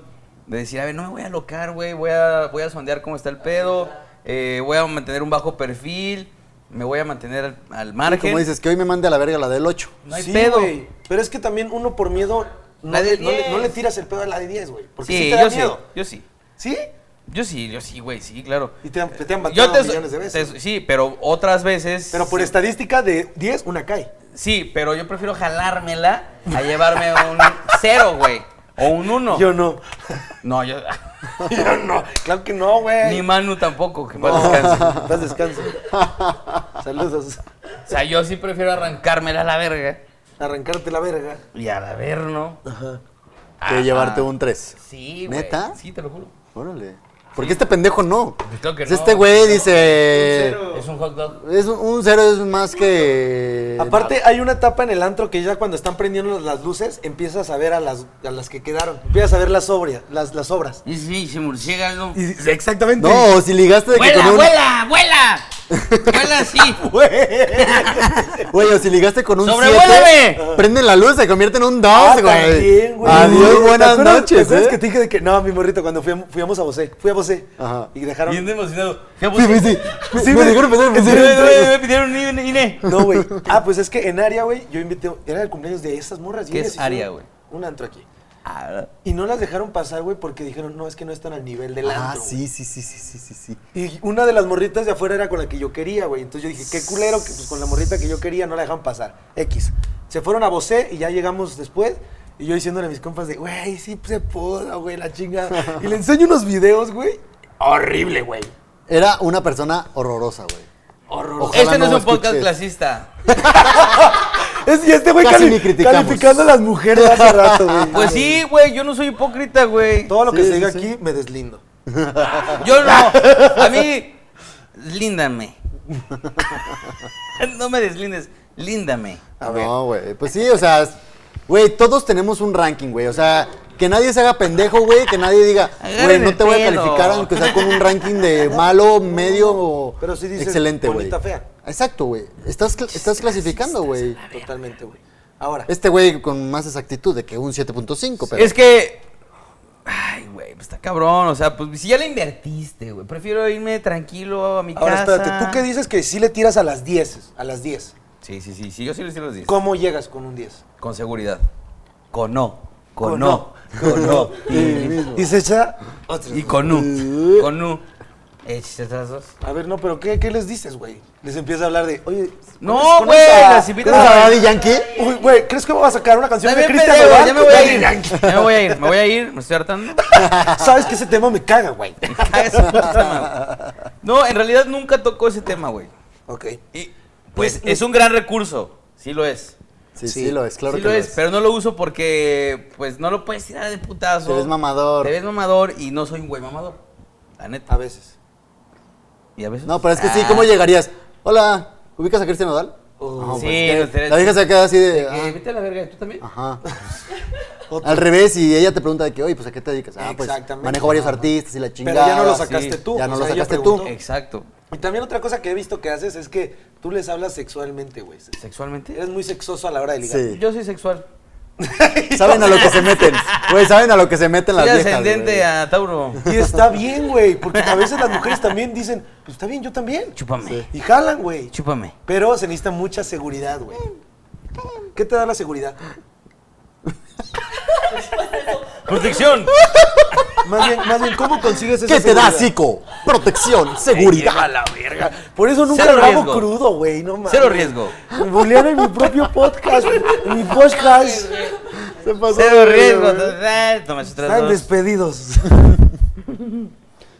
C: De decir, a ver, no me voy a locar, güey. Voy a, voy a sondear cómo está el pedo. eh, voy a mantener un bajo perfil. Me voy a mantener al, al margen.
B: Como dices, que hoy me mande a la verga la del 8.
C: No hay pedo.
A: güey. Pero es que también uno por miedo no,
C: La de
A: le, no le-
C: 10.
A: no le tiras el pedo a la de 10, güey. Porque sí,
C: sí,
A: te da
C: yo
A: miedo.
C: sí. Yo sí.
A: ¿Sí?
C: Yo sí, yo sí, güey, sí, claro.
A: Y te, han- te han
C: Yo
A: bateado
C: te-
A: millones de veces.
C: te- sí, pero otras veces.
A: pero por estadística, de 10, una cae.
C: Sí, pero yo prefiero jalármela a llevarme un cero, güey. O un uno.
A: Yo no.
C: No, yo.
A: Yo no. Claro que no,
C: Ni
A: güey.
C: Manu tampoco, que paz
A: No.
C: descanse.
A: Paz descanse. Saludos.
C: O sea, yo sí prefiero arrancármela a la verga.
A: Arrancarte la verga.
C: Y a la ver, ¿no?
B: Que llevarte un 3.
C: Sí, güey.
B: ¿Neta?
C: Sí, te lo juro.
B: Órale. Porque este pendejo no.
C: Pues claro que
B: Es
C: no.
B: Este güey dice.
C: Es un hot dog.
B: Es un- un cero es más que.
A: Aparte, hay una etapa en el antro que ya cuando están prendiendo las luces, empiezas a ver a las, a las que quedaron. Empiezas a ver las, sobria, las, las obras.
C: Y sí, se murciélago.
A: Y- exactamente.
B: No, o si ligaste de que
C: ¡Vuela,
B: con un.
C: vuela, vuela! ¡Vuela, sí!
B: Güey, o si ligaste con un
C: ¡Sobrevuélame!
B: 7, prende la luz, se convierte en un 2,
A: Ah,
B: güey.
A: también, güey.
B: Adiós,
A: ¿Te
B: buenas
A: acuerdas- ¿Te
B: noches,
A: acuerdas
B: eh.
A: que te dije de que no, mi morrito, cuando fuimos, fuimos a Bosé? Fui a Bosé.
B: Ajá.
A: Y dejaron.
C: Bien emocionado. ¿Qué
B: Sí, sí, sí.
A: Sí,
B: me
A: güey.
B: dejaron pensar
A: Sí,
B: pensar
A: güey,
B: en
A: güey.
C: Me pidieron un E, INE, INE.
A: No, güey. Ah, pues es que en Aria, güey, yo invité. Era el cumpleaños de esas morras. y
C: ¿Qué
A: ellas
C: es
A: hicieron
C: Aria, güey?
A: Un antro aquí.
C: Ah,
A: Y no las dejaron pasar, güey, porque dijeron, no, es que no están al nivel del
B: Ah,
A: antro.
B: sí, sí, sí, sí, sí, sí, sí.
A: Y una de las morritas de afuera era con la que yo quería, güey. Entonces yo dije, qué culero, que pues con la morrita que yo quería no la dejan pasar. X. Se fueron a Bosé y ya llegamos después. Y yo diciéndole a mis compas de, güey, sí se poda, güey, la chingada. Y le enseño unos videos, güey. Horrible, güey.
B: Era una persona horrorosa, güey.
A: Horroroso.
B: Ojalá
C: Este no es
B: no
C: un podcast
B: escuches.
C: clasista.
A: Es, y este güey
B: Casi
A: cali-
B: ni criticamos.
A: calificando a las mujeres hace rato, güey.
C: Pues sí, güey, yo no soy hipócrita, güey.
A: Todo lo que
B: Sí,
A: se diga
B: sí, sí.
A: aquí me deslindo.
C: Yo no. A mí, líndame. No me deslindes, líndame.
B: No, güey. Pues sí, o sea, es- güey, todos tenemos un ranking, güey. O sea, Que nadie se haga pendejo, güey. Que nadie diga, güey,
C: Agárrenme
B: no te voy a
C: el pelo.
B: calificar aunque sea con un ranking de malo, medio o
A: Pero sí dices
B: excelente, güey.
A: bonita, fea.
B: Exacto, güey. Estás, cl- estás clasificando, güey.
A: Totalmente, güey. Ahora,
B: Este güey con más exactitud de que un 7.5, pero
C: Es que. Ay, güey, pues está cabrón. O sea, pues si ya le invertiste, güey. Prefiero irme tranquilo a mi
A: ahora
C: casa.
A: espérate, tú qué dices que sí le tiras a las 10, a las 10.
C: Sí, sí, sí, sí, yo sí les los 10. Con,
A: ¿Cómo llegas con un 10?
C: seguridad. Con no. Con,
A: Con
C: no. Con no. Y,
A: Dice ya.
C: y con nu. Con nu. Échese esas dos.
A: A ver, no, pero ¿qué, qué les dices, güey? Les empieza a hablar de, oye,
C: No,
A: ¿conoces-
C: güey,
A: conoces a-
C: las invitas
A: conoces
C: a-
B: Daddy Yankee?
A: Uy, güey, ¿crees que voy a sacar una canción
C: Está
A: de
C: bien,
A: Cristian
C: pendejo,
A: Nodal
C: ya me
A: con
C: voy a
A: Daddy
C: ir.
A: Yankee?
C: Ya me voy a ir, me voy a ir, me estoy hartando.
A: Sabes que ese tema me caga, güey.
C: Caga su puta madre. No, en realidad nunca tocó ese tema, güey.
A: Ok.
C: Y pues es un gran recurso, sí lo es.
B: Sí,
A: Sí.
B: sí, lo es, claro
C: sí
B: que
C: lo es, pero no lo uso porque pues no lo puedes tirar de putazo.
B: Te ves mamador.
C: Te ves mamador y no soy un güey mamador. La neta.
A: A veces.
C: Y a veces.
B: No, pero es que sí,
C: Ah,
B: ¿cómo llegarías? Hola, ¿ubicas a Cristian Nodal?
A: Uh,
B: No,
C: sí,
B: pues,
C: los tres.
B: La vieja se queda así de...
C: Eh,
B: ah,
C: vete a la verga, ¿tú también?
B: Ajá.
A: Otro.
B: Al revés, y ella te pregunta de que, oye, pues a qué te dedicas. Ah, pues
A: Exactamente.
B: manejo varios artistas y la
A: Pero
B: chingada.
A: ya no lo
B: sí.
A: sacaste
C: sí.
A: tú.
B: Ya
A: o
B: no
A: sea,
B: lo
A: ella
B: sacaste
A: preguntó.
B: tú.
C: Exacto.
A: Y también otra cosa que he visto que haces es que tú les hablas sexualmente, güey.
C: ¿Sexualmente?
A: Eres muy sexoso a la hora de ligar.
B: Sí.
C: Yo soy sexual.
B: Saben a lo que se meten. Güey, saben a lo que se meten las
C: Soy
B: viejas.
C: ascendente
B: güey.
C: a Tauro.
A: Y está bien, güey, porque a veces las mujeres también dicen, pues está bien, yo también.
C: Chúpame.
A: Y jalan, güey.
C: Chúpame.
A: Pero se necesita mucha seguridad, güey. ¿Qué te da la seguridad?
C: Protección.
A: Más bien, más bien ¿cómo consigues esa
B: ¿Qué te da,
A: seguridad?
B: Zico? Protección, seguridad.
C: la verga.
A: Por eso nunca
C: Cero
A: lo hago
C: riesgo.
A: crudo, güey, no mames.
C: Cero riesgo.
A: Me bulean en mi propio podcast, en mi podcast.
B: Se pasó
C: Cero
B: de
C: riesgo. Ah,
B: verga, güey.
C: Tomas otras
A: Están
C: dos.
A: despedidos.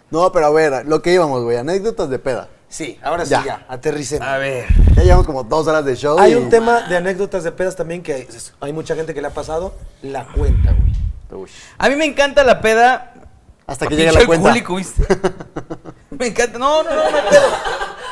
B: No, pero a ver, lo que íbamos, güey, anécdotas de peda.
A: Sí, ahora sí, ya,
B: Ya.
A: aterricemos.
C: A ver.
B: Ya llevamos como dos horas de show.
A: Hay
B: y-
A: un tema de anécdotas de pedas también que hay, hay mucha gente que le ha pasado. La cuenta, güey.
B: Uy.
C: A mí me encanta la peda.
B: Hasta que
C: Pinche
B: llegue la cuenta.
C: alcohólico, ¿viste? Me encanta. No, no, no, no hay pedo.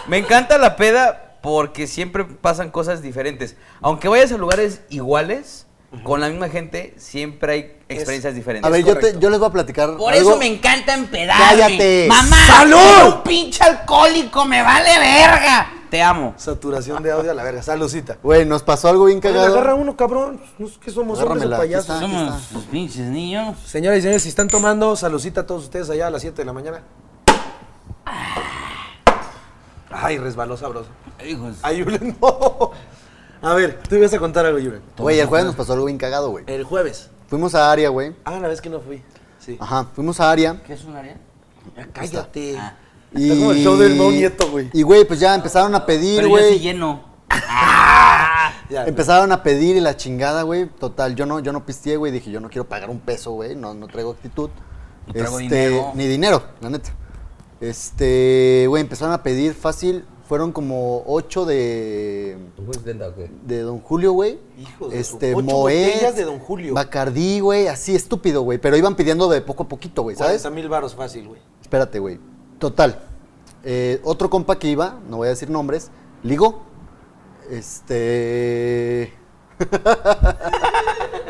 C: Me encanta la peda porque siempre pasan cosas diferentes. Aunque vayas a lugares iguales, con la misma gente, siempre hay experiencias diferentes.
B: A ver, yo, te,
A: correcto.
B: yo les voy a platicar.
F: Por
B: algo.
F: eso me encanta empedarme.
B: Cállate.
F: Mamá,
B: ¡Salud!
F: soy un pinche alcohólico, me vale verga.
C: Te amo.
A: Saturación de audio a la verga. Salucita.
B: Güey, nos pasó algo bien cagado.
A: Agarra uno, cabrón. No sé qué somos hombres
B: Agárramela,
A: o
B: aquí
A: payasos.
B: está.
F: Somos sus pinches niños.
A: Señoras y señores, si están tomando, salucita a todos ustedes allá a las 7 de la mañana. Ay, resbaló sabroso.
F: Hijos.
A: Ay, Yulen, no. A ver, tú ibas a contar algo, Yulen.
B: Güey, el jueves nos pasó algo bien cagado, güey.
A: El jueves.
B: Fuimos a Aria, güey.
A: Ah, la vez que no fui. Sí.
B: Ajá, fuimos a Aria.
F: ¿Qué es un área?
A: Cállate.
B: Y...
A: como el show del Mau Nieto, güey.
B: Y, güey, pues ya empezaron a pedir,
F: Pero yo sí
B: güey.
F: lleno.
A: Ya,
B: Empezaron a pedir y la chingada, güey. Total, yo no, yo no pisteé, güey. Dije, yo no quiero pagar un peso, güey. No, no traigo actitud.
F: No traigo
B: Este,
F: dinero.
B: Ni dinero, la neta. Este, güey, empezaron a pedir fácil. Fueron como ocho de, de Don Julio, güey.
A: Hijos de su-
B: Este,
A: ocho
B: Moët,
A: botellas de Don Julio.
B: Bacardí, güey. Así estúpido, güey. Pero iban pidiendo de poco a poquito, güey, ¿sabes?
A: 40 mil baros fácil, güey.
B: Espérate, güey. Total. eh, otro compa que iba, no voy a decir nombres, ligó. Este.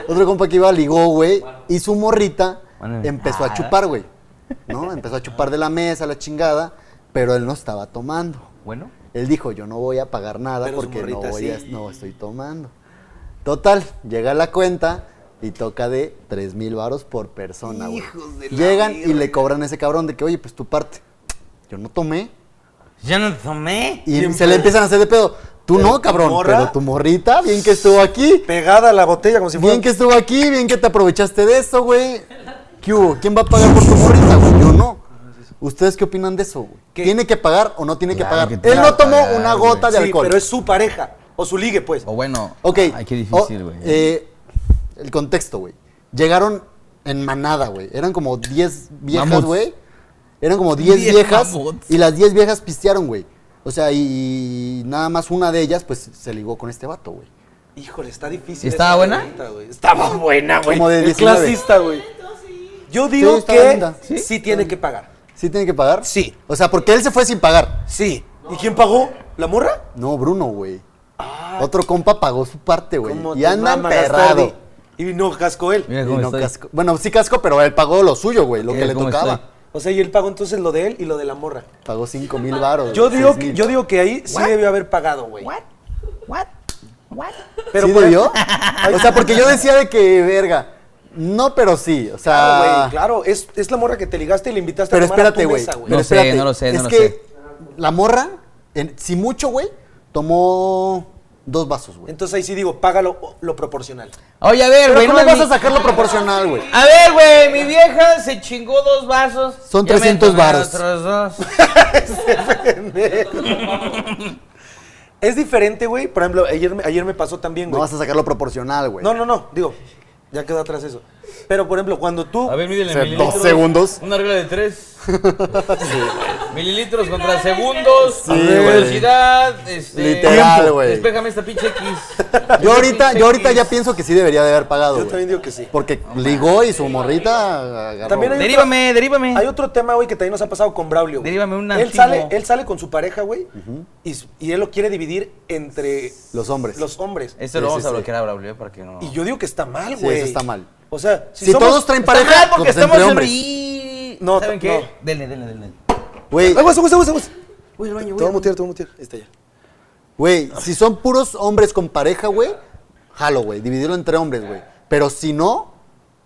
B: otro compa que iba ligó, güey. Y su morrita
C: Mándame.
B: empezó a chupar, güey. ¿No? Empezó a chupar de la mesa, la chingada. Pero él no estaba tomando.
C: Bueno.
B: Él dijo, yo no voy a pagar nada
A: Pero su
B: porque no,
A: morrita
B: voy a-
A: sí.
B: no estoy tomando. Total, llega la cuenta y toca de 3 mil varos por persona, güey.
A: Hijos de la
B: Llegan y
A: verga.
B: le cobran a ese cabrón de que, oye, pues tu parte. Yo no tomé.
F: Yo no tomé.
B: Y
A: Bien
B: se le
A: pedo.
B: empiezan a hacer de pedo. Tú
A: Pero
B: no,
A: tu
B: cabrón,
A: morra-
B: pero tu morrita, bien que estuvo aquí.
A: Pegada a la botella como si fuera.
B: Bien que estuvo aquí, bien que te aprovechaste de eso, güey. ¿Qué hubo? ¿Quién va a pagar por tu morrita, güey? Yo no. ¿Ustedes qué opinan de eso, güey?
A: ¿Qué?
B: ¿Tiene que pagar o no tiene
C: Claro que
B: que pagar?
C: tiene
B: Él
C: que
B: no tomó
C: pagar,
B: una
C: güey.
B: gota de
A: Sí,
B: alcohol.
A: pero es su pareja. O su ligue, pues.
C: O bueno.
B: Ok.
C: Ay, qué
B: o-
C: difícil, güey.
B: eh, el contexto, güey. Llegaron en manada, güey. Eran como 10 viejas,
C: Mamuts.
B: güey. Eran como 10
C: Diez
B: viejas.
C: mamuts.
B: Y las 10 viejas pistearon, güey. O sea, y nada más una de ellas, pues, se ligó con este vato, güey.
A: Híjole, está difícil.
C: ¿Estaba
A: esa
C: buena?
A: pregunta, güey. Estaba buena, Ah, güey.
B: Como de
A: El
B: 19.
A: clasista, güey. Yo digo
B: estaba
A: que
B: linda.
A: sí, tiene que pagar.
B: ¿Sí tiene que pagar?
A: Sí.
B: O sea, porque él se fue sin pagar.
A: Sí. ¿Y quién pagó? ¿La morra?
B: No, Bruno, güey. Otro compa pagó su parte, güey.
A: Ah. ¿Cómo
B: Y
A: te
B: anda
A: mama gastar,
B: emperrado.
A: güey? Y no cascó él.
C: Mira
B: Y
C: cómo
B: no
C: estoy.
B: casco- Bueno, sí casco, pero él pagó lo suyo, güey, lo
C: Mira
B: que le
C: cómo
B: tocaba.
C: estoy.
A: O sea, y él pagó entonces lo de él y lo de la morra.
B: Pagó 5 mil baros.
A: Yo digo, que, yo digo que ahí sí debió haber pagado, güey. Pero
B: ¿Sí
A: por-
B: debió? o sea, porque yo decía de que, verga, no, pero sí, o
A: Claro,
B: sea...
A: güey, claro. Es, es la morra que te ligaste y le invitaste
B: Ah. Pero
A: a tomar
B: espérate,
A: a tu
B: güey.
A: mesa, güey.
B: pero
C: No sé,
B: espérate,
C: no lo sé, no
B: es
C: lo
B: que
C: sé.
B: la morra, en- si mucho, güey, tomó dos vasos, güey.
A: Entonces ahí sí digo, págalo lo proporcional.
C: Oye, a ver,
B: Pero
C: güey,
B: ¿cómo
C: no me
B: vas
C: mi-
B: a sacar lo proporcional, güey?
F: A ver, güey, mi vieja se chingó dos vasos.
B: Son
F: Ya me
B: 300
F: tomé
B: varos.
F: Otros dos.
A: Es diferente, güey. Por ejemplo, ayer, me- ayer me pasó también,
B: No
A: güey.
B: vas a sacar lo proporcional, güey.
A: No, no, no. Digo, ya quedó atrás eso. Pero por ejemplo, cuando tú.
C: A ver, mídele
B: O sea,
C: mililitros.
B: dos segundos.
C: Una regla de tres. Mililitros contra segundos.
B: Sí, güey.
C: velocidad. Este,
B: Literal,
C: tiempo.
B: güey.
C: Despéjame esta pinche X.
B: Yo ahorita, yo ahorita ya pienso que sí debería de haber pagado,
A: yo
B: güey.
A: también digo que sí.
B: Porque ligó y su morrita agarró.
A: También hay-
B: güey.
C: Derívame, derívame.
A: Hay otro tema, güey, que también nos ha pasado con Braulio. güey.
C: Dérivame un
A: él
C: antiguo.
A: sale, él sale con su pareja, güey, y, su- y él lo quiere dividir entre
B: Los hombres.
A: los hombres.
C: Esto
B: Sí,
C: lo vamos
B: sí,
C: a
B: sí.
C: bloquear a Braulio eh, para que no.
A: Y yo digo que está mal,
B: Sí,
A: güey.
B: eso está mal.
A: O sea, si,
B: Si
A: somos-
B: todos traen
A: está
B: pareja,
A: mal
B: pues,
A: porque
B: entre
A: estamos
B: hombres.
A: en... No,
C: ¿Saben
A: no.
C: qué? Denle, denle, denle.
B: Güey,
A: Aguas, aguas, aguas, aguas. te voy a mutear, te voy a mutear. Ahí está ya.
B: Güey, si son puros hombres con pareja, güey, jalo, güey, dividirlo entre hombres, güey. Pero si no,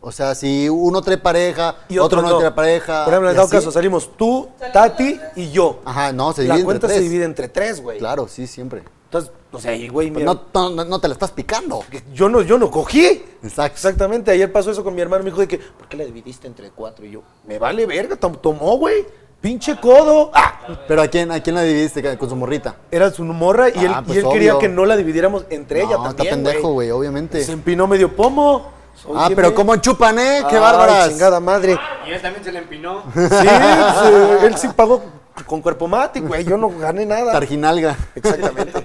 B: o sea, si uno trae pareja, otro, no trae pareja.
A: Por ejemplo,
B: y
A: en dado
B: así.
A: caso, salimos tú, Tati y yo.
B: Ajá, no, se divide
A: La
B: entre
A: cuenta se
B: tres.
A: divide entre tres, güey.
B: Claro, sí, siempre.
A: Entonces, o sea, y, güey,
B: Pero
A: mira,
B: no, no, no- no te la estás picando.
A: que yo no, yo no cogí.
B: Exacto.
A: Exactamente, ayer pasó eso con mi hermano, me dijo de que, ¿por qué la dividiste entre cuatro? Y yo, me vale verga, tom- tomó, güey, pinche codo. Ah,
B: Pero ¿a quién, ¿a quién la dividiste? Con su morrita.
A: era su morra y
B: Ah,
A: él, y
B: pues,
A: él quería
B: obvio.
A: que no la dividiéramos entre ella
B: no,
A: también,
B: está pendejo, güey, obviamente.
A: Se empinó medio pomo.
B: Este. Ah, pero ¿cómo chupan, eh? ¡Qué
A: Ay,
B: bárbaras!
A: chingada madre.
G: Y él también se le empinó.
A: Sí, pues, eh, él sí pagó con cuerpo mate, güey, yo no gané nada.
B: Targinalga.
A: Exactamente.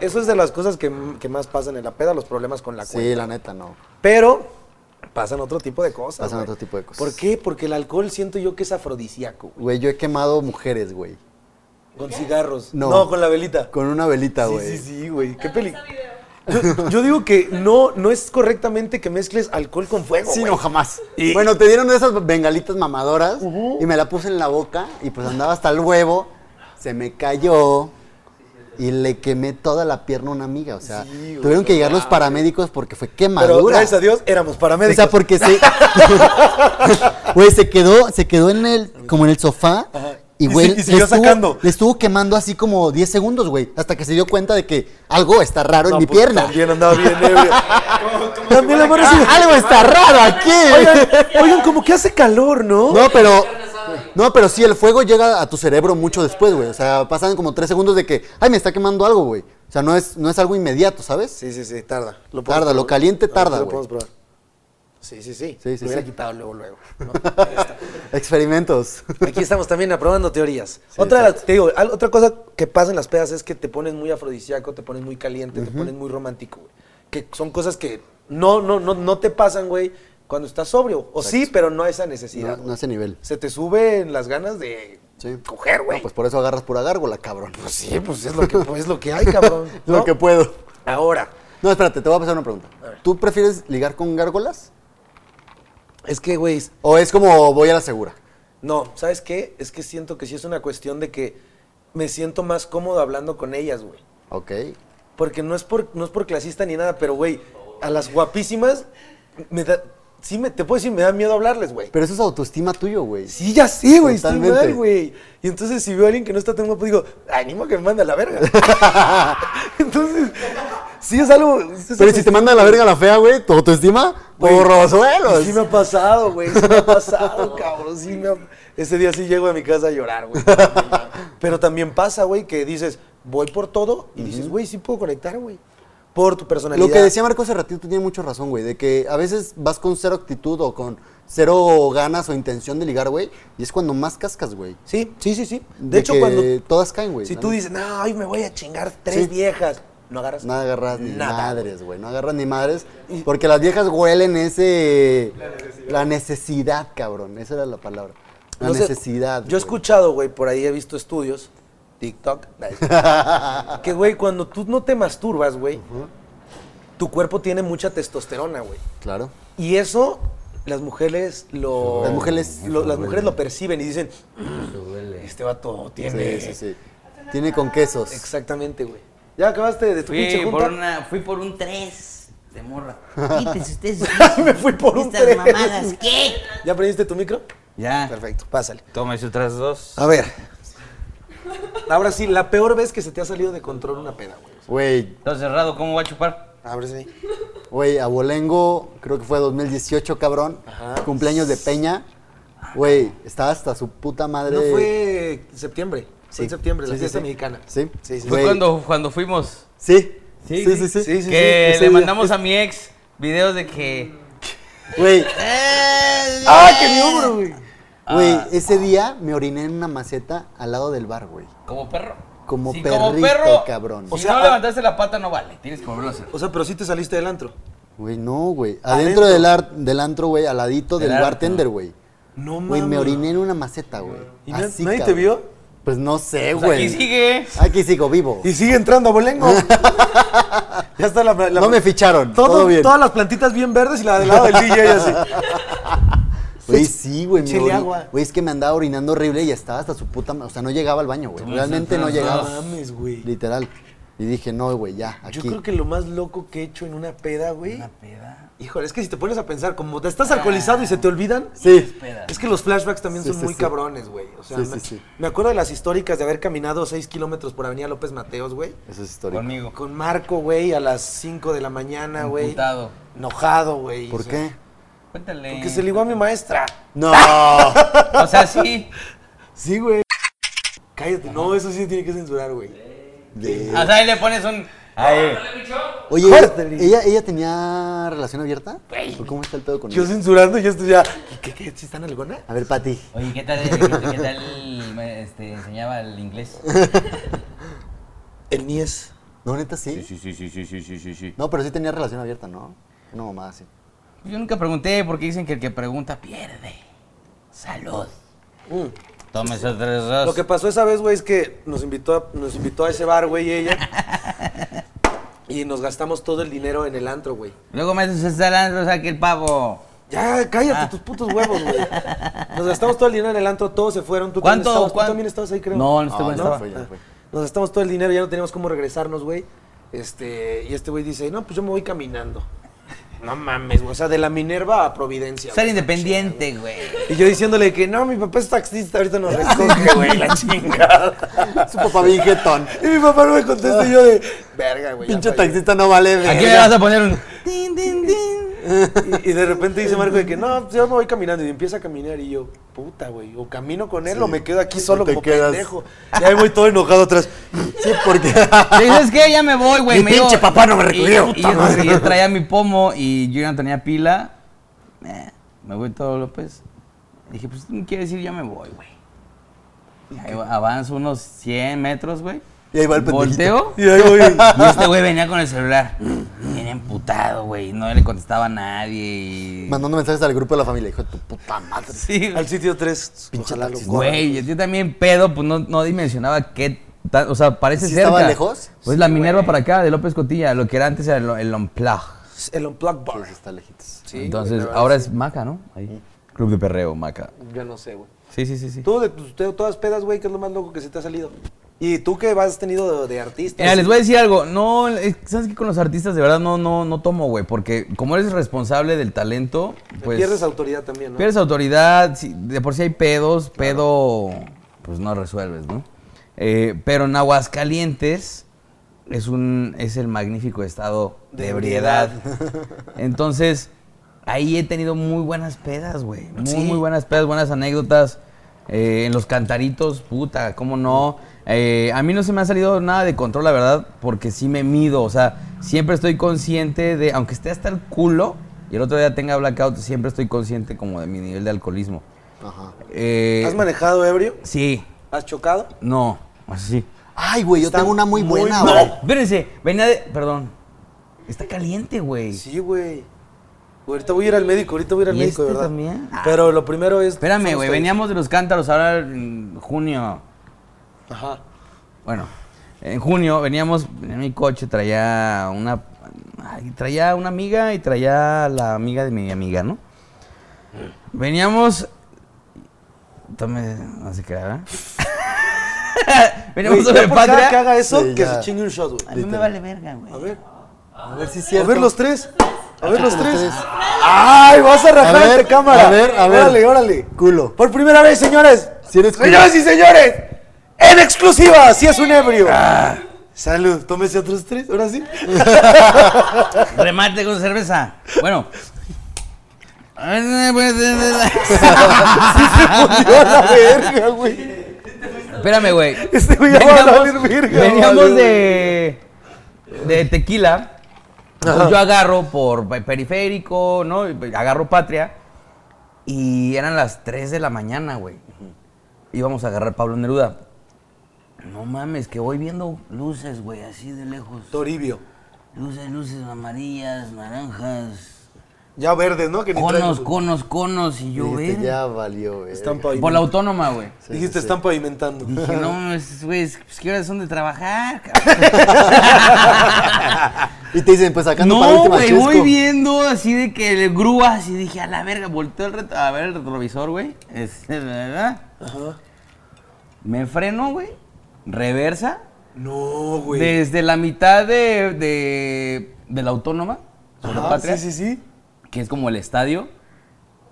A: Eso es de las cosas que, que más pasan en la peda, los problemas con la Ah, cuenta.
B: Sí, la neta, no.
A: Pero pasan otro tipo de cosas.
B: Pasan
A: güey.
B: otro tipo de cosas.
A: ¿Por qué? Porque el alcohol siento yo que es afrodisíaco. güey.
B: Güey, yo he quemado mujeres, güey.
A: Con cigarros.
B: No.
A: con la velita.
B: Con una velita,
A: sí,
B: güey.
A: sí, sí, güey. Qué peli. Yo, yo digo que no, no es correctamente que mezcles alcohol con fuego.
B: Sí,
A: güey.
B: no, jamás. Bueno, te dieron de esas bengalitas mamadoras y me la puse en la boca y pues andaba hasta el huevo, se me cayó y le quemé toda la pierna a una amiga. O sea, tuvieron que llegar los paramédicos porque fue
A: Pero
B: quemadura.
A: gracias a Dios éramos
B: o
A: paramédicos.
B: sea, porque se. Güey, se quedó, se quedó en el, como en el sofá. Y,
A: Y
B: güey,
A: si- y
B: le
A: siguió
B: estuvo-
A: sacando.
B: Le estuvo quemando así como 10 segundos, güey. Hasta que se dio cuenta de que algo está raro en
A: No,
B: mi
A: pues,
B: pierna.
A: También andaba bien ebrio. También la morra así de,
B: Ah, algo está raro aquí.
A: Oigan, oigan, como que hace calor, ¿no?
B: No, pero. No, pero sí, el fuego llega a tu cerebro mucho después, güey. O sea, pasan como tres segundos de que, ay, me está quemando algo, güey. O sea, no es, no es algo inmediato, ¿sabes?
A: Sí, sí, sí, tarda. Lo
B: Tarda,
A: podemos
B: lo
A: probar.
B: caliente
A: A ver
B: tarda,
A: si Lo
B: güey.
A: podemos probar. Sí, sí, sí.
B: Sí, sí,
A: Lo hubiera
B: sí.
A: quitado luego, luego. ¿no?
B: Experimentos.
A: Aquí estamos también aprobando teorías. otra, de las- te digo, al- otra cosa que pasa en las pedas es que te pones muy afrodisíaco, te pones muy caliente, te pones muy romántico, güey. Que son cosas que no, no, no, no te pasan, güey, cuando estás sobrio. O sí, pero no a esa necesidad.
B: No, no a ese nivel.
A: Se te suben las ganas de
B: Sí.
A: coger, güey.
B: No, pues por eso agarras pura gárgola, cabrón.
A: Pues sí, pues es lo que, pues es lo que hay, cabrón.
B: Lo
A: ¿no?
B: que puedo.
A: Ahora,
B: No, espérate, te voy a pasar una pregunta. ¿Tú prefieres ligar con gárgolas?
A: es que, güey,
B: ¿O es como voy a la segura?
A: No, ¿sabes qué? Es que siento que sí es una cuestión de que me siento más cómodo hablando con ellas, güey.
B: Ok.
A: Porque no es por, no es por clasista ni nada, pero, güey, a las guapísimas, me da, sí me, te puedo decir, me da miedo hablarles, güey.
B: Pero eso es autoestima tuyo, güey.
A: Sí, ya sí, güey, estoy
B: Totalmente.
A: mal, güey. Y entonces si veo a alguien que no está tan guapo, digo, animo que me manda a la verga. entonces, sí es algo... es
B: Pero
A: una
B: si te manda a la verga la fea, güey, tu autoestima,
A: Güey,
B: por los suelos.
A: Sí me ha pasado, güey. Sí me ha pasado, cabrón. Sí me ha- Ese día sí llego a mi casa a llorar, güey. Pero también pasa, güey, que dices, voy por todo y dices, güey, sí puedo conectar, güey. Por tu personalidad.
B: Lo que decía Marco hace ratito tiene mucha razón, güey, de que a veces vas con cero actitud o con cero ganas o intención de ligar, güey, y es cuando más cascas, güey.
A: Sí, sí, sí, sí. De,
B: De
A: hecho,
B: que
A: cuando.
B: todas caen, güey,
A: Si
B: la
A: tú
B: neta.
A: dices, no, hoy me voy a chingar tres
B: Sí.
A: viejas, no agarras.
B: No agarras ni
A: Nada.
B: madres, güey, no agarras ni madres, porque las viejas huelen ese... La necesidad, cabrón, esa era la palabra. La
A: No sé,
B: necesidad.
A: Yo he
B: güey.
A: escuchado, güey, por ahí he visto estudios, TikTok, que, güey, cuando tú no te masturbas, güey, tu cuerpo tiene mucha testosterona, güey.
B: Claro.
A: Y eso las mujeres lo
B: Las mujeres-
A: lo, las mujeres lo perciben y dicen, este vato tiene
B: Sí, sí, sí. Tiene con quesos.
A: Exactamente, güey. Ya acabaste de tu pinche
C: Fui
A: junta.
C: por, una, fui por un 3 de morra.
D: Quítense ustedes.
A: Me fui por un
D: Estas
A: tres.
D: mamadas, ¿qué?
A: ¿Ya prendiste tu micro?
C: Ya.
A: Perfecto, pásale.
C: Toma ese otras dos.
B: Ah.
A: A ver. Ahora sí, la peor vez que se te ha salido de control una peda, güey.
B: Güey,
C: Está cerrado, ¿cómo va a chupar?
A: Ahora sí.
B: güey, Abolengo, creo que fue 2018, cabrón. Cumpleaños de Peña. Güey, estaba hasta su puta madre.
A: No fue septiembre. Fue
B: Sí.
A: en septiembre, la
B: Sí, sí,
A: fiesta
B: sí.
A: mexicana.
B: Sí,
A: Sí, sí.
C: Fue
B: Güey.
C: cuando, cuando fuimos.
B: Sí. Sí, sí, sí.
A: sí, sí,
C: que
A: ese
C: le
A: día.
C: mandamos a mi ex videos de que.
B: Güey,
A: ¡Ah, qué mi hombro, güey! Ah.
B: güey, ese día me oriné en una maceta al lado del bar, güey.
C: Como perro.
B: Como
C: Si
B: perrito, cabrón.
C: Si
A: O sea,
C: no
A: a-
C: levantaste la pata, no vale. Tienes que volverlo a hacer.
A: O sea, pero sí te saliste del antro.
B: Güey, no, güey. Adentro,
A: Adentro.
B: del, ar- del antro, güey, al ladito del,
C: Del antro.
B: bartender, güey.
A: No
B: Güey,
A: mames.
B: me oriné en una maceta, güey.
A: ¿Y na-
B: Así,
A: nadie te
B: cabrón.
A: vio?
B: Pues no sé,
C: Pues
B: güey.
C: aquí sigue.
B: Aquí sigo vivo.
A: Y sigue entrando a bolengo. ya está la, la-
B: No me ficharon.
A: Todo-
B: Todo, bien.
A: Todas las plantitas bien verdes y la del lado del DJ así.
B: Güey, sí, güey. me
A: Chile
B: ori-
A: agua.
B: Güey, es que me andaba orinando horrible y estaba hasta su puta. ma- O sea, no llegaba al baño, güey.
C: Tú me
B: Realmente no
C: sentas-
B: llegaba.
C: No
A: mames, güey.
B: Literal. Y dije, no, güey, ya, aquí.
A: Yo creo que lo más loco que he hecho en una peda, güey.
C: Una peda.
A: Híjole, es que si te pones a pensar, como te estás alcoholizado y se te olvidan.
B: Sí.
C: Peda.
A: Es que los flashbacks también
B: Sí,
A: son
B: sí,
A: muy
B: sí.
A: cabrones, güey. O sea,
B: Sí,
A: me,
B: sí, sí.
A: me acuerdo de las históricas de haber caminado 6 kilómetros por Avenida López Mateos, güey.
B: Eso es histórico.
C: Conmigo.
A: Con Marco, güey, a las 5 de la mañana, güey.
C: Emputado.
A: Enojado, güey.
B: ¿Por
A: O sea,
B: qué?
C: Cuéntale.
A: Porque se ligó a mi maestra.
B: No.
C: O sea, sí.
A: Sí, güey. Cállate, no, eso sí tiene que censurar, güey.
B: De-
C: O sea, ahí le pones un. Ahí.
B: Oye,
A: Corte, Luis.
B: ¿ella, ¿ella tenía relación abierta? ¿O ¿Cómo está el pedo con
A: Yo
B: ella?
A: censurando y esto ya. ¿Qué, qué, qué? ¿Sí están alguna?
B: A ver, Pati.
C: Oye, ¿qué tal, eh, qué, qué tal me, este, enseñaba el inglés?
A: El Nies.
B: No, neta, sí.
C: sí, sí, sí, sí, sí, sí, sí.
B: No, pero sí tenía relación abierta, ¿no? Una mamada así.
C: Pues Yo nunca pregunté porque dicen que el que pregunta pierde. Salud. Toma esas tres dos.
A: Mm. Lo que pasó esa vez, güey, es que nos invitó a, nos invitó a ese bar, güey, ella. y nos gastamos todo el dinero en el antro, güey.
C: Luego me haces esa lanza, o sea, que el pavo.
A: Ya, cállate
C: Ah.
A: tus putos huevos, güey. Nos gastamos todo el dinero en el antro, todos se fueron. ¿Tú, también
C: ¿Cuánto?
A: estabas, tú
C: ¿Cuán-
A: también estabas ahí, creo.
C: No, no estuve,
B: Ah,
C: no
B: ya
C: estaba.
B: fue, ya fue.
A: Nos gastamos todo el dinero, ya no teníamos cómo regresarnos, güey. Este, y este güey dice, no, pues yo me voy caminando. No mames, güey. O sea, de la Minerva a Providencia.
C: Ser
A: güey.
C: independiente, güey.
A: Y yo diciéndole que no, mi papá es taxista, ahorita nos recoge, güey, la chingada.
B: Su papá bien jetón.
A: Y mi papá no me contesta y yo de, verga, güey. ya
B: Pinche
A: fallé".
B: taxista no vale.
C: Aquí me
B: verga.
C: vas a poner un.
A: Y, y de repente dice Marco de que no, pues yo me voy caminando y empieza a caminar y yo, puta, güey, o camino con él
B: Sí.
A: o me quedo aquí solo
B: Te
A: como
B: quedas.
A: pendejo. Y ahí voy todo enojado atrás.
B: Sí, porque.
C: ¿Sabes qué? Ya me voy, güey.
B: Mi
C: me digo-
B: pinche papá no me recogió.
C: Y, y yo, y yo traía mi pomo y yo ya no tenía pila. Eh, me voy todo López. Dije, pues tú me quieres ir, ya me voy, güey. Y ahí va- Avanzo unos 100 metros, güey.
B: Y ahí va el pendejito.
C: Volteo.
A: Y ahí voy.
C: Y este güey venía con el celular. Bien emputado, güey. No le contestaba a nadie. Y...
B: Mandando mensajes al grupo de la familia. Hijo de tu puta madre.
C: Sí,
A: Al sitio 3.
B: Pinche taxista.
C: Güey, yo también pedo, pues no, no dimensionaba qué. ta- O sea, parece
B: ¿Sí
C: cerca.
B: estaba lejos?
C: Pues la Minerva para acá, de López Cotilla, lo que era antes era el, el Unplug.
A: El Unplugged Bar.
B: Entonces está lejitos.
C: Entonces, ahora es Maca, ¿no? Ahí. Club de perreo, Maca.
A: Yo no sé, güey.
C: Sí, sí, sí, sí.
A: Tú de tus de todas pedas, güey, que es lo más loco que se te ha salido. Y tú que has tenido de, de artista.
C: Mira, les voy a decir algo. No, eh, sabes que con los artistas de verdad no, no, no tomo, güey, porque como eres responsable del talento, pues
A: Pierdes autoridad también, ¿no?
C: pierdes autoridad. sí, de por sí hay pedos, pedo, pues no resuelves, ¿no? Eh, pero en Aguascalientes es un, es el magnífico estado de,
A: De
C: ebriedad. Entonces ahí he tenido muy buenas pedas, güey, muy muy buenas pedas, buenas anécdotas. Eh, en los cantaritos, puta, cómo no. Eh, a mí no se me ha salido nada de control, la verdad, porque sí me mido. O sea, siempre estoy consciente de, aunque esté hasta el culo y el otro día tenga blackout, siempre estoy consciente como de mi nivel de alcoholismo.
B: Ajá.
C: Eh,
A: ¿Has manejado ebrio?
C: Sí,
A: ¿Has chocado?
C: no, así.
B: Ay, güey, yo
A: Está
B: tengo una muy
A: muy
B: buena,
A: mal.
B: güey.
C: Espérense, venía de. Perdón. Está caliente, güey.
A: Sí, güey. Güey, Ahorita voy a ir al médico, ahorita voy a ir al
C: ¿Y
A: médico, de
C: este
A: ¿verdad?
C: también?
A: Pero lo primero es.
C: Espérame,
A: son
C: güey.
A: ustedes.
C: Veníamos de los cántaros ahora en junio.
A: Ajá.
C: Bueno, en junio veníamos en mi coche, traía una, Ay, traía una amiga y traía la amiga de mi amiga, ¿no? Veníamos. Tome, no se crea, ¿verdad? Veníamos
A: Güey,
C: sobre
A: ya por cada que
C: patria.
A: haga eso,
B: Sí,
A: que
B: ya.
A: se chingue un shot, güey.
D: A mí me vale verga, güey.
A: A ver,
B: A ver si es
A: a
B: cierto.
A: ver los tres. A ver los tres.
B: Ustedes.
A: ¡Ay, vas a rajar
B: A ver,
A: esta cámara!
B: a ver, a ver.
A: Órale, órale.
B: Culo.
A: Por primera vez, señores.
B: Si eres culo.
A: Señoras y señores, en exclusiva, si es un ebrio.
C: Ah.
A: Salud, tómese otros tres, ahora sí.
C: Remate con cerveza. Bueno. pues,
A: Funciona, verga, güey.
C: Espérame, güey.
A: Este güey ya va a valer verga,
C: veníamos
A: vale.
C: de, de tequila. Pues yo agarro por pe- periférico, ¿no? pues, Agarro patria. Y eran las 3 de la mañana, güey. Íbamos a agarrar Pablo Neruda. No mames, que voy viendo
D: Luces, güey, así de lejos.
A: Toribio.
D: Luces, luces amarillas, naranjas,
A: Ya verdes, ¿no? Que ni traen-
D: conos, conos, conos, y yo,
B: Dijiste,
D: ven.
B: este ya valió, güey.
A: Están pavimentando.
C: por la autónoma, güey.
A: Dijiste, están pavimentando.
D: Dije, no, es- güey, es- pues, ¿qué horas son de trabajar? cabrón?
B: Y te dicen, pues sacando para
C: No,
B: última
C: güey,
B: Chusco.
C: voy viendo así de que le grúas y dije, a la verga, volteo el ret- a ver el retrovisor, güey. Es- ¿verdad? Me freno, güey. Reversa.
A: No, güey.
C: Desde la mitad de, de, de la autónoma, sobre
A: Ajá,
C: Patria,
A: sí, sí, sí.
C: que es como el estadio,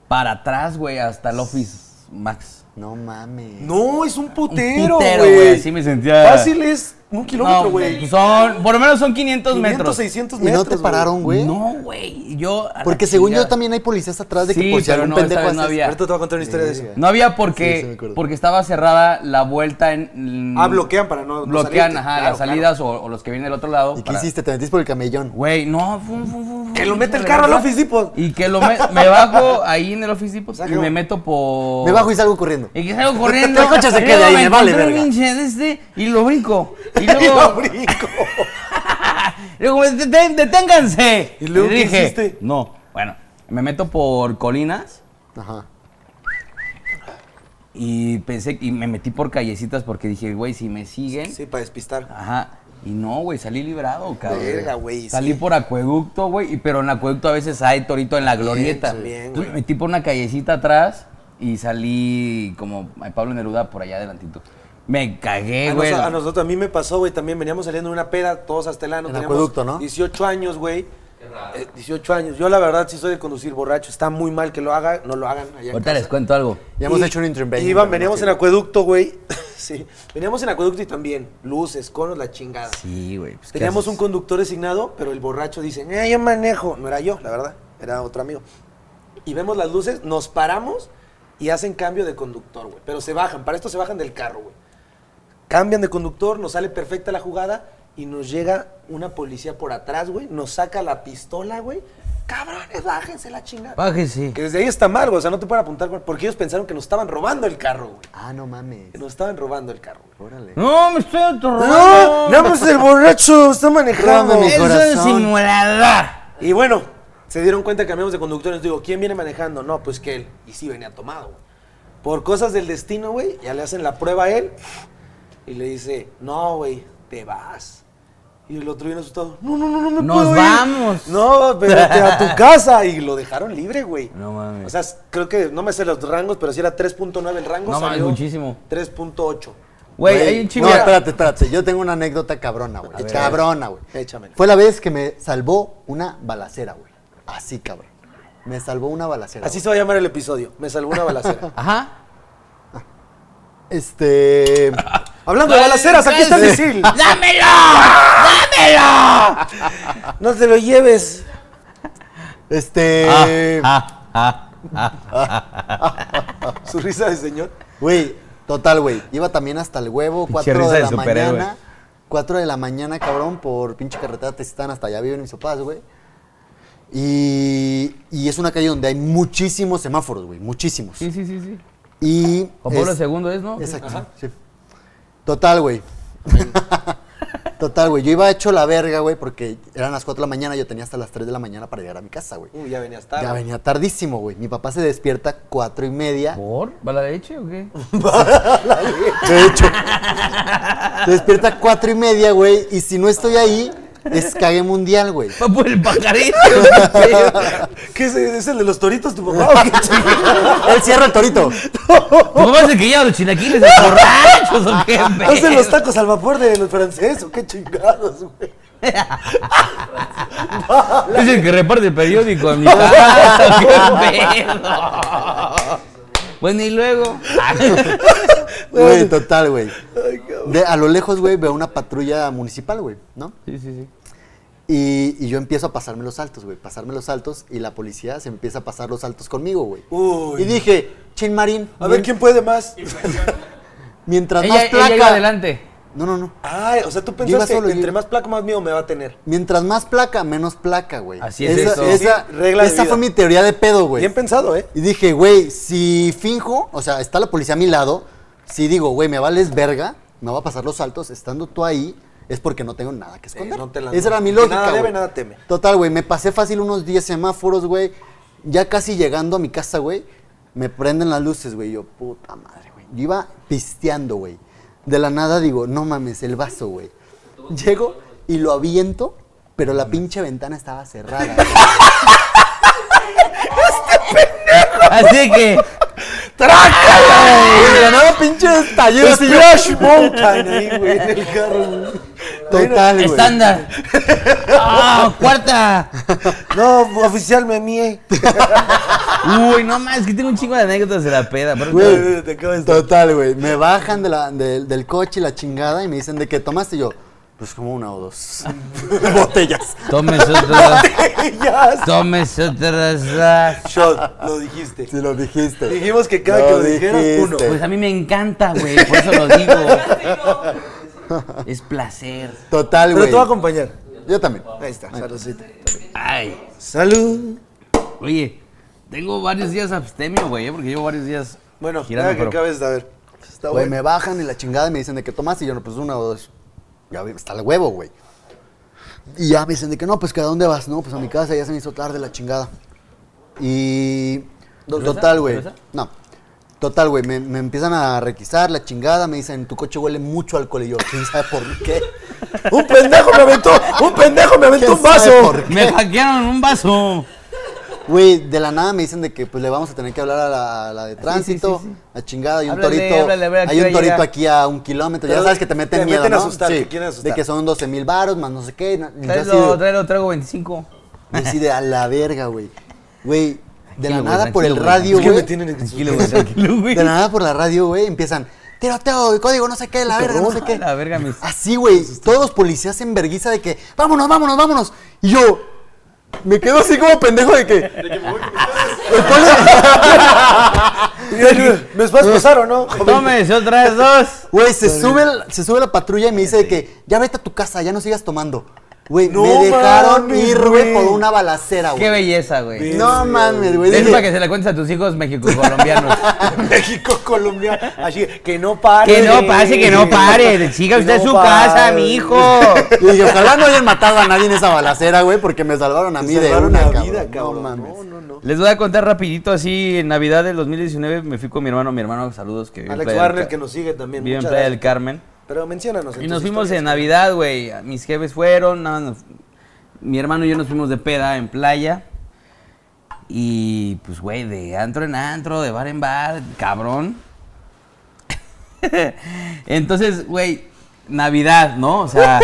C: para atrás, güey, hasta el Office Max.
B: No mames.
A: No, es un putero,
C: putero,
A: güey.
C: güey, sí me sentía-
A: Fácil es un kilómetro,
C: No, pues
A: güey.
C: Son, por lo menos son 500,
A: 500,
C: metros.
A: 600
B: ¿Y
A: metros.
B: no te
A: güey.
B: pararon, güey?
C: No, güey. Yo. a la
B: Porque según yo
C: chingada.
B: también hay policías atrás de que
C: Sí,
B: por si
C: pero
B: algún
C: no, esta
B: pendejo
C: vez no
B: haces-
C: había.
A: Ahorita te voy a contar una historia de eso.
B: Verga.
C: No había
B: Sí, sí me
C: porque,
B: acuerdo.
C: porque estaba cerrada la vuelta en...
A: Ah, bloquean para no- no
C: Bloquean,
A: salirte.
C: ajá,
A: Claro,
C: las salidas o, o los que vienen del otro lado.
B: ¿Y qué
C: para-
B: hiciste? Te metiste por el camellón.
C: Güey, no, fum, fum, fum, fum,
A: Que lo
C: fum,
A: meta
C: fum,
A: el carro al pues.
C: ¿verdad?
A: Office Depot.
C: Y que lo me, me bajo ahí en el Office Depot y
A: yo-
C: me meto por...
B: Me bajo y salgo corriendo.
C: Y que salgo corriendo.
B: El coche se
C: y
B: queda
C: luego
B: ahí,
C: me
B: me vale
C: encuentro un
B: verga.
C: pinche de este y lo brinco. Y
A: Y lo
C: luego...
A: brinco.
C: luego me deten- deténganse.
A: ¿Y luego
C: Le
A: qué
C: dije,
A: hiciste?
C: No, bueno, me meto por colinas.
B: Ajá.
C: Y pensé, y me metí por callecitas porque dije, güey, si me siguen,
A: Sí, para despistar.
C: Ajá. Y no, güey, salí librado, cabrón.
A: Verga, güey,
C: Salí
A: sí.
C: por acueducto, güey. y- Pero en acueducto a veces hay torito en la glorieta.
A: sí, bien,
C: Entonces me
A: güey.
C: metí por una callecita atrás y salí como ay, Pablo Neruda por allá adelantito. Me cagué,
A: A,
C: güey.
A: noso- a nosotros, a mí me pasó, güey, también veníamos saliendo de una peda, todos hasta el ano.
B: En
A: teníamos
B: acueducto, ¿no?
A: 18 años, güey. Eh, 18 años. Yo, la verdad, sí soy de conducir borracho. Está muy mal que lo haga, no lo hagan allá. en
C: Ahorita
A: casa.
C: les cuento algo.
B: Ya hemos
A: Y-
B: hecho un intervention.
A: Iban,
B: pero
A: veníamos
B: no
A: en
B: sirve.
A: acueducto, güey. sí. Veníamos en acueducto y también. Luces, conos, la chingada.
C: Sí, güey. pues, ¿qué
A: Teníamos
C: haces?
A: un conductor designado, pero el borracho dice, eh, yo manejo. No era yo, la verdad, era otro amigo. Y vemos las luces, nos paramos y hacen cambio de conductor, güey. Pero se bajan, para esto se bajan del carro, güey. Cambian de conductor, nos sale perfecta la jugada y nos llega una policía por atrás, güey. Nos saca la pistola, güey. Cabrones, bájense la chingada.
C: Bájese.
A: que desde ahí está mal, güey. O sea, no te pueden apuntar, güey, porque ellos pensaron que nos estaban robando el carro, güey.
B: Ah, no mames.
A: Que nos estaban robando el carro, güey.
B: Órale.
C: No, me estoy
A: No,
C: atorrando.
A: nada más el borracho está manejando.
B: Róbame mi
C: Eso es
B: corazón.
C: simulador.
A: Y bueno, se dieron cuenta que cambiamos de conductor. Les digo, ¿quién viene manejando? No, pues que él. Y sí, venía tomado, güey. Por cosas del destino, güey, ya le hacen la prueba a él. Y le dice, no, güey, te vas. Y el otro bien asustado, no, no, no, no me
C: Nos
A: puedo ir.
C: vamos.
A: No, pero a tu casa. Y lo dejaron libre, güey.
C: No mames.
A: O sea, s- creo que, no me sé los rangos, pero si era 3.9 el rango.
C: No mames,
A: salió
C: muchísimo.
A: 3.8.
C: Güey, hay un chingo.
B: No, espérate, espérate. Yo tengo una anécdota cabrona, güey. Cabrona, güey.
A: Échamela.
B: Fue la vez que me salvó una balacera, güey. Así, cabrón. Me salvó una balacera.
A: Así se va a llamar el episodio. Me salvó una balacera.
C: Ajá.
B: güey. Este.
A: Hablando de balaceras, aquí está el misil.
C: ¡Dámelo! ¡Dámelo!
A: No te lo lleves.
C: Ah,
B: Este.
A: Su risa de señor.
B: Güey, total, güey. Iba también hasta el huevo, 4
C: Pinche risa
B: de
C: de
B: la
C: superhéroe.
B: mañana. 4 de la mañana, cabrón, por pinche carretera Testán, hasta allá viven mis papás, güey. Y, y es una calle donde hay muchísimos semáforos, güey, muchísimos.
C: sí, sí, sí.
B: Y.
C: Juan Pablo
B: es-
C: II es, ¿no?
B: Exacto, sí. Total, güey. Total, güey. Yo iba hecho la verga, güey, porque eran las 4 de la mañana, yo tenía hasta las 3 de la mañana para llegar a mi casa, güey.
A: Uy, ya venías tarde.
B: Ya venía tardísimo, güey. Mi papá se despierta cuatro y media.
C: ¿Por? ¿Bala de leche o qué?
B: De hecho. Se despierta a cuatro y media, güey. Y si no estoy ahí, Es cague mundial, güey.
C: Papu, el pajarito.
A: ¿Qué es, es el de los toritos tu papá? ¿o qué chingados?
B: Él cierra el torito.
C: ¿Cómo vas a que lleva los chilaquiles de borrachos o qué?
A: ¿Hacen los
C: pedo?
A: tacos al vapor de los franceses? o ¿Qué chingados, güey?
C: Es el que reparte el periódico en mi casa. ¡Qué pedo! Bueno, y luego.
B: Güey, total, güey. De- A lo lejos, güey, veo una patrulla municipal, güey, ¿no?
C: Sí, sí, sí.
B: Y, y yo empiezo a pasarme los saltos, güey. Pasarme los saltos y la policía se empieza a pasar los saltos conmigo, güey.
A: Uy.
B: Y dije, Chin Marín,
A: A ver,
B: mien-
A: ¿quién puede más?
B: mientras
C: Ella,
B: más
C: ella
B: placa.
C: iba adelante.
B: No, no, no.
A: Ay, o sea, tú
B: iba
A: pensaste
B: solo,
A: que
B: yo-
A: entre más placa, más miedo me va a tener.
B: Mientras más placa, menos placa, güey.
C: Así es
B: esa,
C: eso.
B: Esa,
A: Sí, regla de
B: esa
A: vida.
B: fue mi teoría de pedo, güey.
A: Bien pensado, ¿eh?
B: Y dije, güey, si finjo, o sea, está la policía a mi lado, si digo, güey, me vales verga, me va a pasar los saltos, estando tú ahí, es porque no tengo nada que esconder.
A: no te la-
B: Esa era mi
A: que
B: lógica.
A: nada debe,
B: güey.
A: nada teme.
B: Total, güey, me pasé fácil unos 10 semáforos, güey. Ya casi llegando a mi casa, güey, me prenden las luces, güey. Yo, puta madre, güey. Yo iba pisteando, güey. De la nada digo, no mames, el vaso, güey. Llego y lo aviento, pero la pinche ventana estaba cerrada. güey.
C: Así que.
B: Y de la nada, pinche estallido. así yo-
A: Splash Mountain ahí, güey, en el carro.
B: Total, güey.
C: Estándar. ¡Ah! ¡Cuarta!
A: No, oficial, me mié.
C: Uy, no más, es que tengo un chingo de anécdotas de la peda. pero-
B: Güey,
A: Te acabas de-
B: total, güey. Me bajan de la, del- del coche y la chingada y me dicen de qué tomaste. Y yo, pues como una o dos botellas.
C: Tómese otras.
A: ya,
C: Tómese otras. ah.
A: shot, lo dijiste.
B: Si lo dijiste.
A: Dijimos que cada que lo dijeras, uno.
C: Pues a mí me encanta, güey. Por eso lo digo. Es placer.
B: Total,
A: Pero
B: güey.
A: te voy a acompañar.
B: Yo también.
A: Ahí está, saludcita.
C: Ay.
A: Salud.
C: Oye, tengo varios días abstemio, güey, eh, porque llevo varios días.
A: Bueno,
C: girando,
A: nada que
C: pero-
A: acabes de ver. Está
B: Güey,
A: bueno.
B: me bajan y la chingada y me dicen de qué tomaste. Y yo, no, pues una o dos. Ya, güey, está el huevo, güey. Y ya me dicen de que no, pues que a dónde vas. No, pues a mi casa ya se me hizo tarde la chingada. Y. Total, güey.
C: ¿Cerveza?
B: No. Total, güey. Me, me empiezan a requisar la chingada. Me dicen, tu coche huele mucho a alcohol. Y yo, quién sabe por qué.
A: Un pendejo me aventó, un pendejo me aventó
B: ¿Quién
A: un
B: sabe
A: vaso.
B: por qué?
C: Me hackearon un vaso.
B: Güey, de la nada me dicen de que pues le vamos a tener que hablar a la, a la de tránsito, a chingada, hay un
F: Háblale,
B: torito,
F: háblale, a ver a qué
B: hay
F: hora
B: un torito
F: llega.
B: aquí a un kilómetro, ya
A: Pero
B: sabes que te meten
A: te
B: miedo,
A: meten a
B: ¿no?
A: asustar, te quieren asustar.
B: De que son 12 mil baros, más no sé qué, y na- y yo así
F: Tráelo,
B: de-
F: tráelo, traigo 25.
B: yo así de a la verga, güey. Güey, de la
C: Tranquilo, güey,
B: nada por el
C: tranquilo, güey.
B: radio,
A: Es que me
B: güey,
A: tienen en sus-
C: Tranquilo, güey.
B: de la nada por la radio, güey, empiezan, tiroteo, el código, no sé qué, la verga, no sé qué.
C: La verga, mis.
B: Así, güey, todos los policías en verguiza de que, vámonos, vámonos, vámonos. Y yo me quedo así como pendejo de que...
A: ¿Me vas a pasar o no?
C: Tómese otras dos.
B: Güey, se sube, el- se sube la patrulla y me dice de que ya vete a tu casa, ya no sigas tomando. Güey,
A: No
B: me dejaron
A: mames,
B: ir,
A: güey.
B: güey, por una balacera, güey.
F: Qué belleza, güey.
B: No mames, güey.
C: Es
B: dije,
C: para que se la cuentes a tus hijos mexico-colombianos.
A: México, Colombia. Así que no pare.
F: Que no pase, que no pare. Siga
A: Que
F: usted
A: no
F: su casa,
A: pare.
F: mi hijo.
B: y dije, ojalá no hayan matado a nadie en esa balacera, güey, porque me salvaron a mí de
A: salvaron
B: una,
A: la
B: cabrón.
A: vida,
B: No
A: cabrón.
B: mames.
A: No, no, no.
C: Les voy a contar rapidito así, en Navidad del 2019 me fui con mi hermano, mi hermano, saludos que vive en
A: Alex
C: Playa del
A: Warner
C: Ca-
A: que nos sigue también.
C: vive en
A: muchas
C: Playa del
A: gracias.
C: Carmen.
A: Pero menciónanos.
C: Y
A: tus
C: nos fuimos
A: historias.
C: en Navidad, güey. Mis jefes fueron, nada más nos- mi hermano y yo nos fuimos de peda en playa. Y pues, güey, de antro en antro, de bar en bar, cabrón. Entonces, güey, Navidad, ¿no? O sea,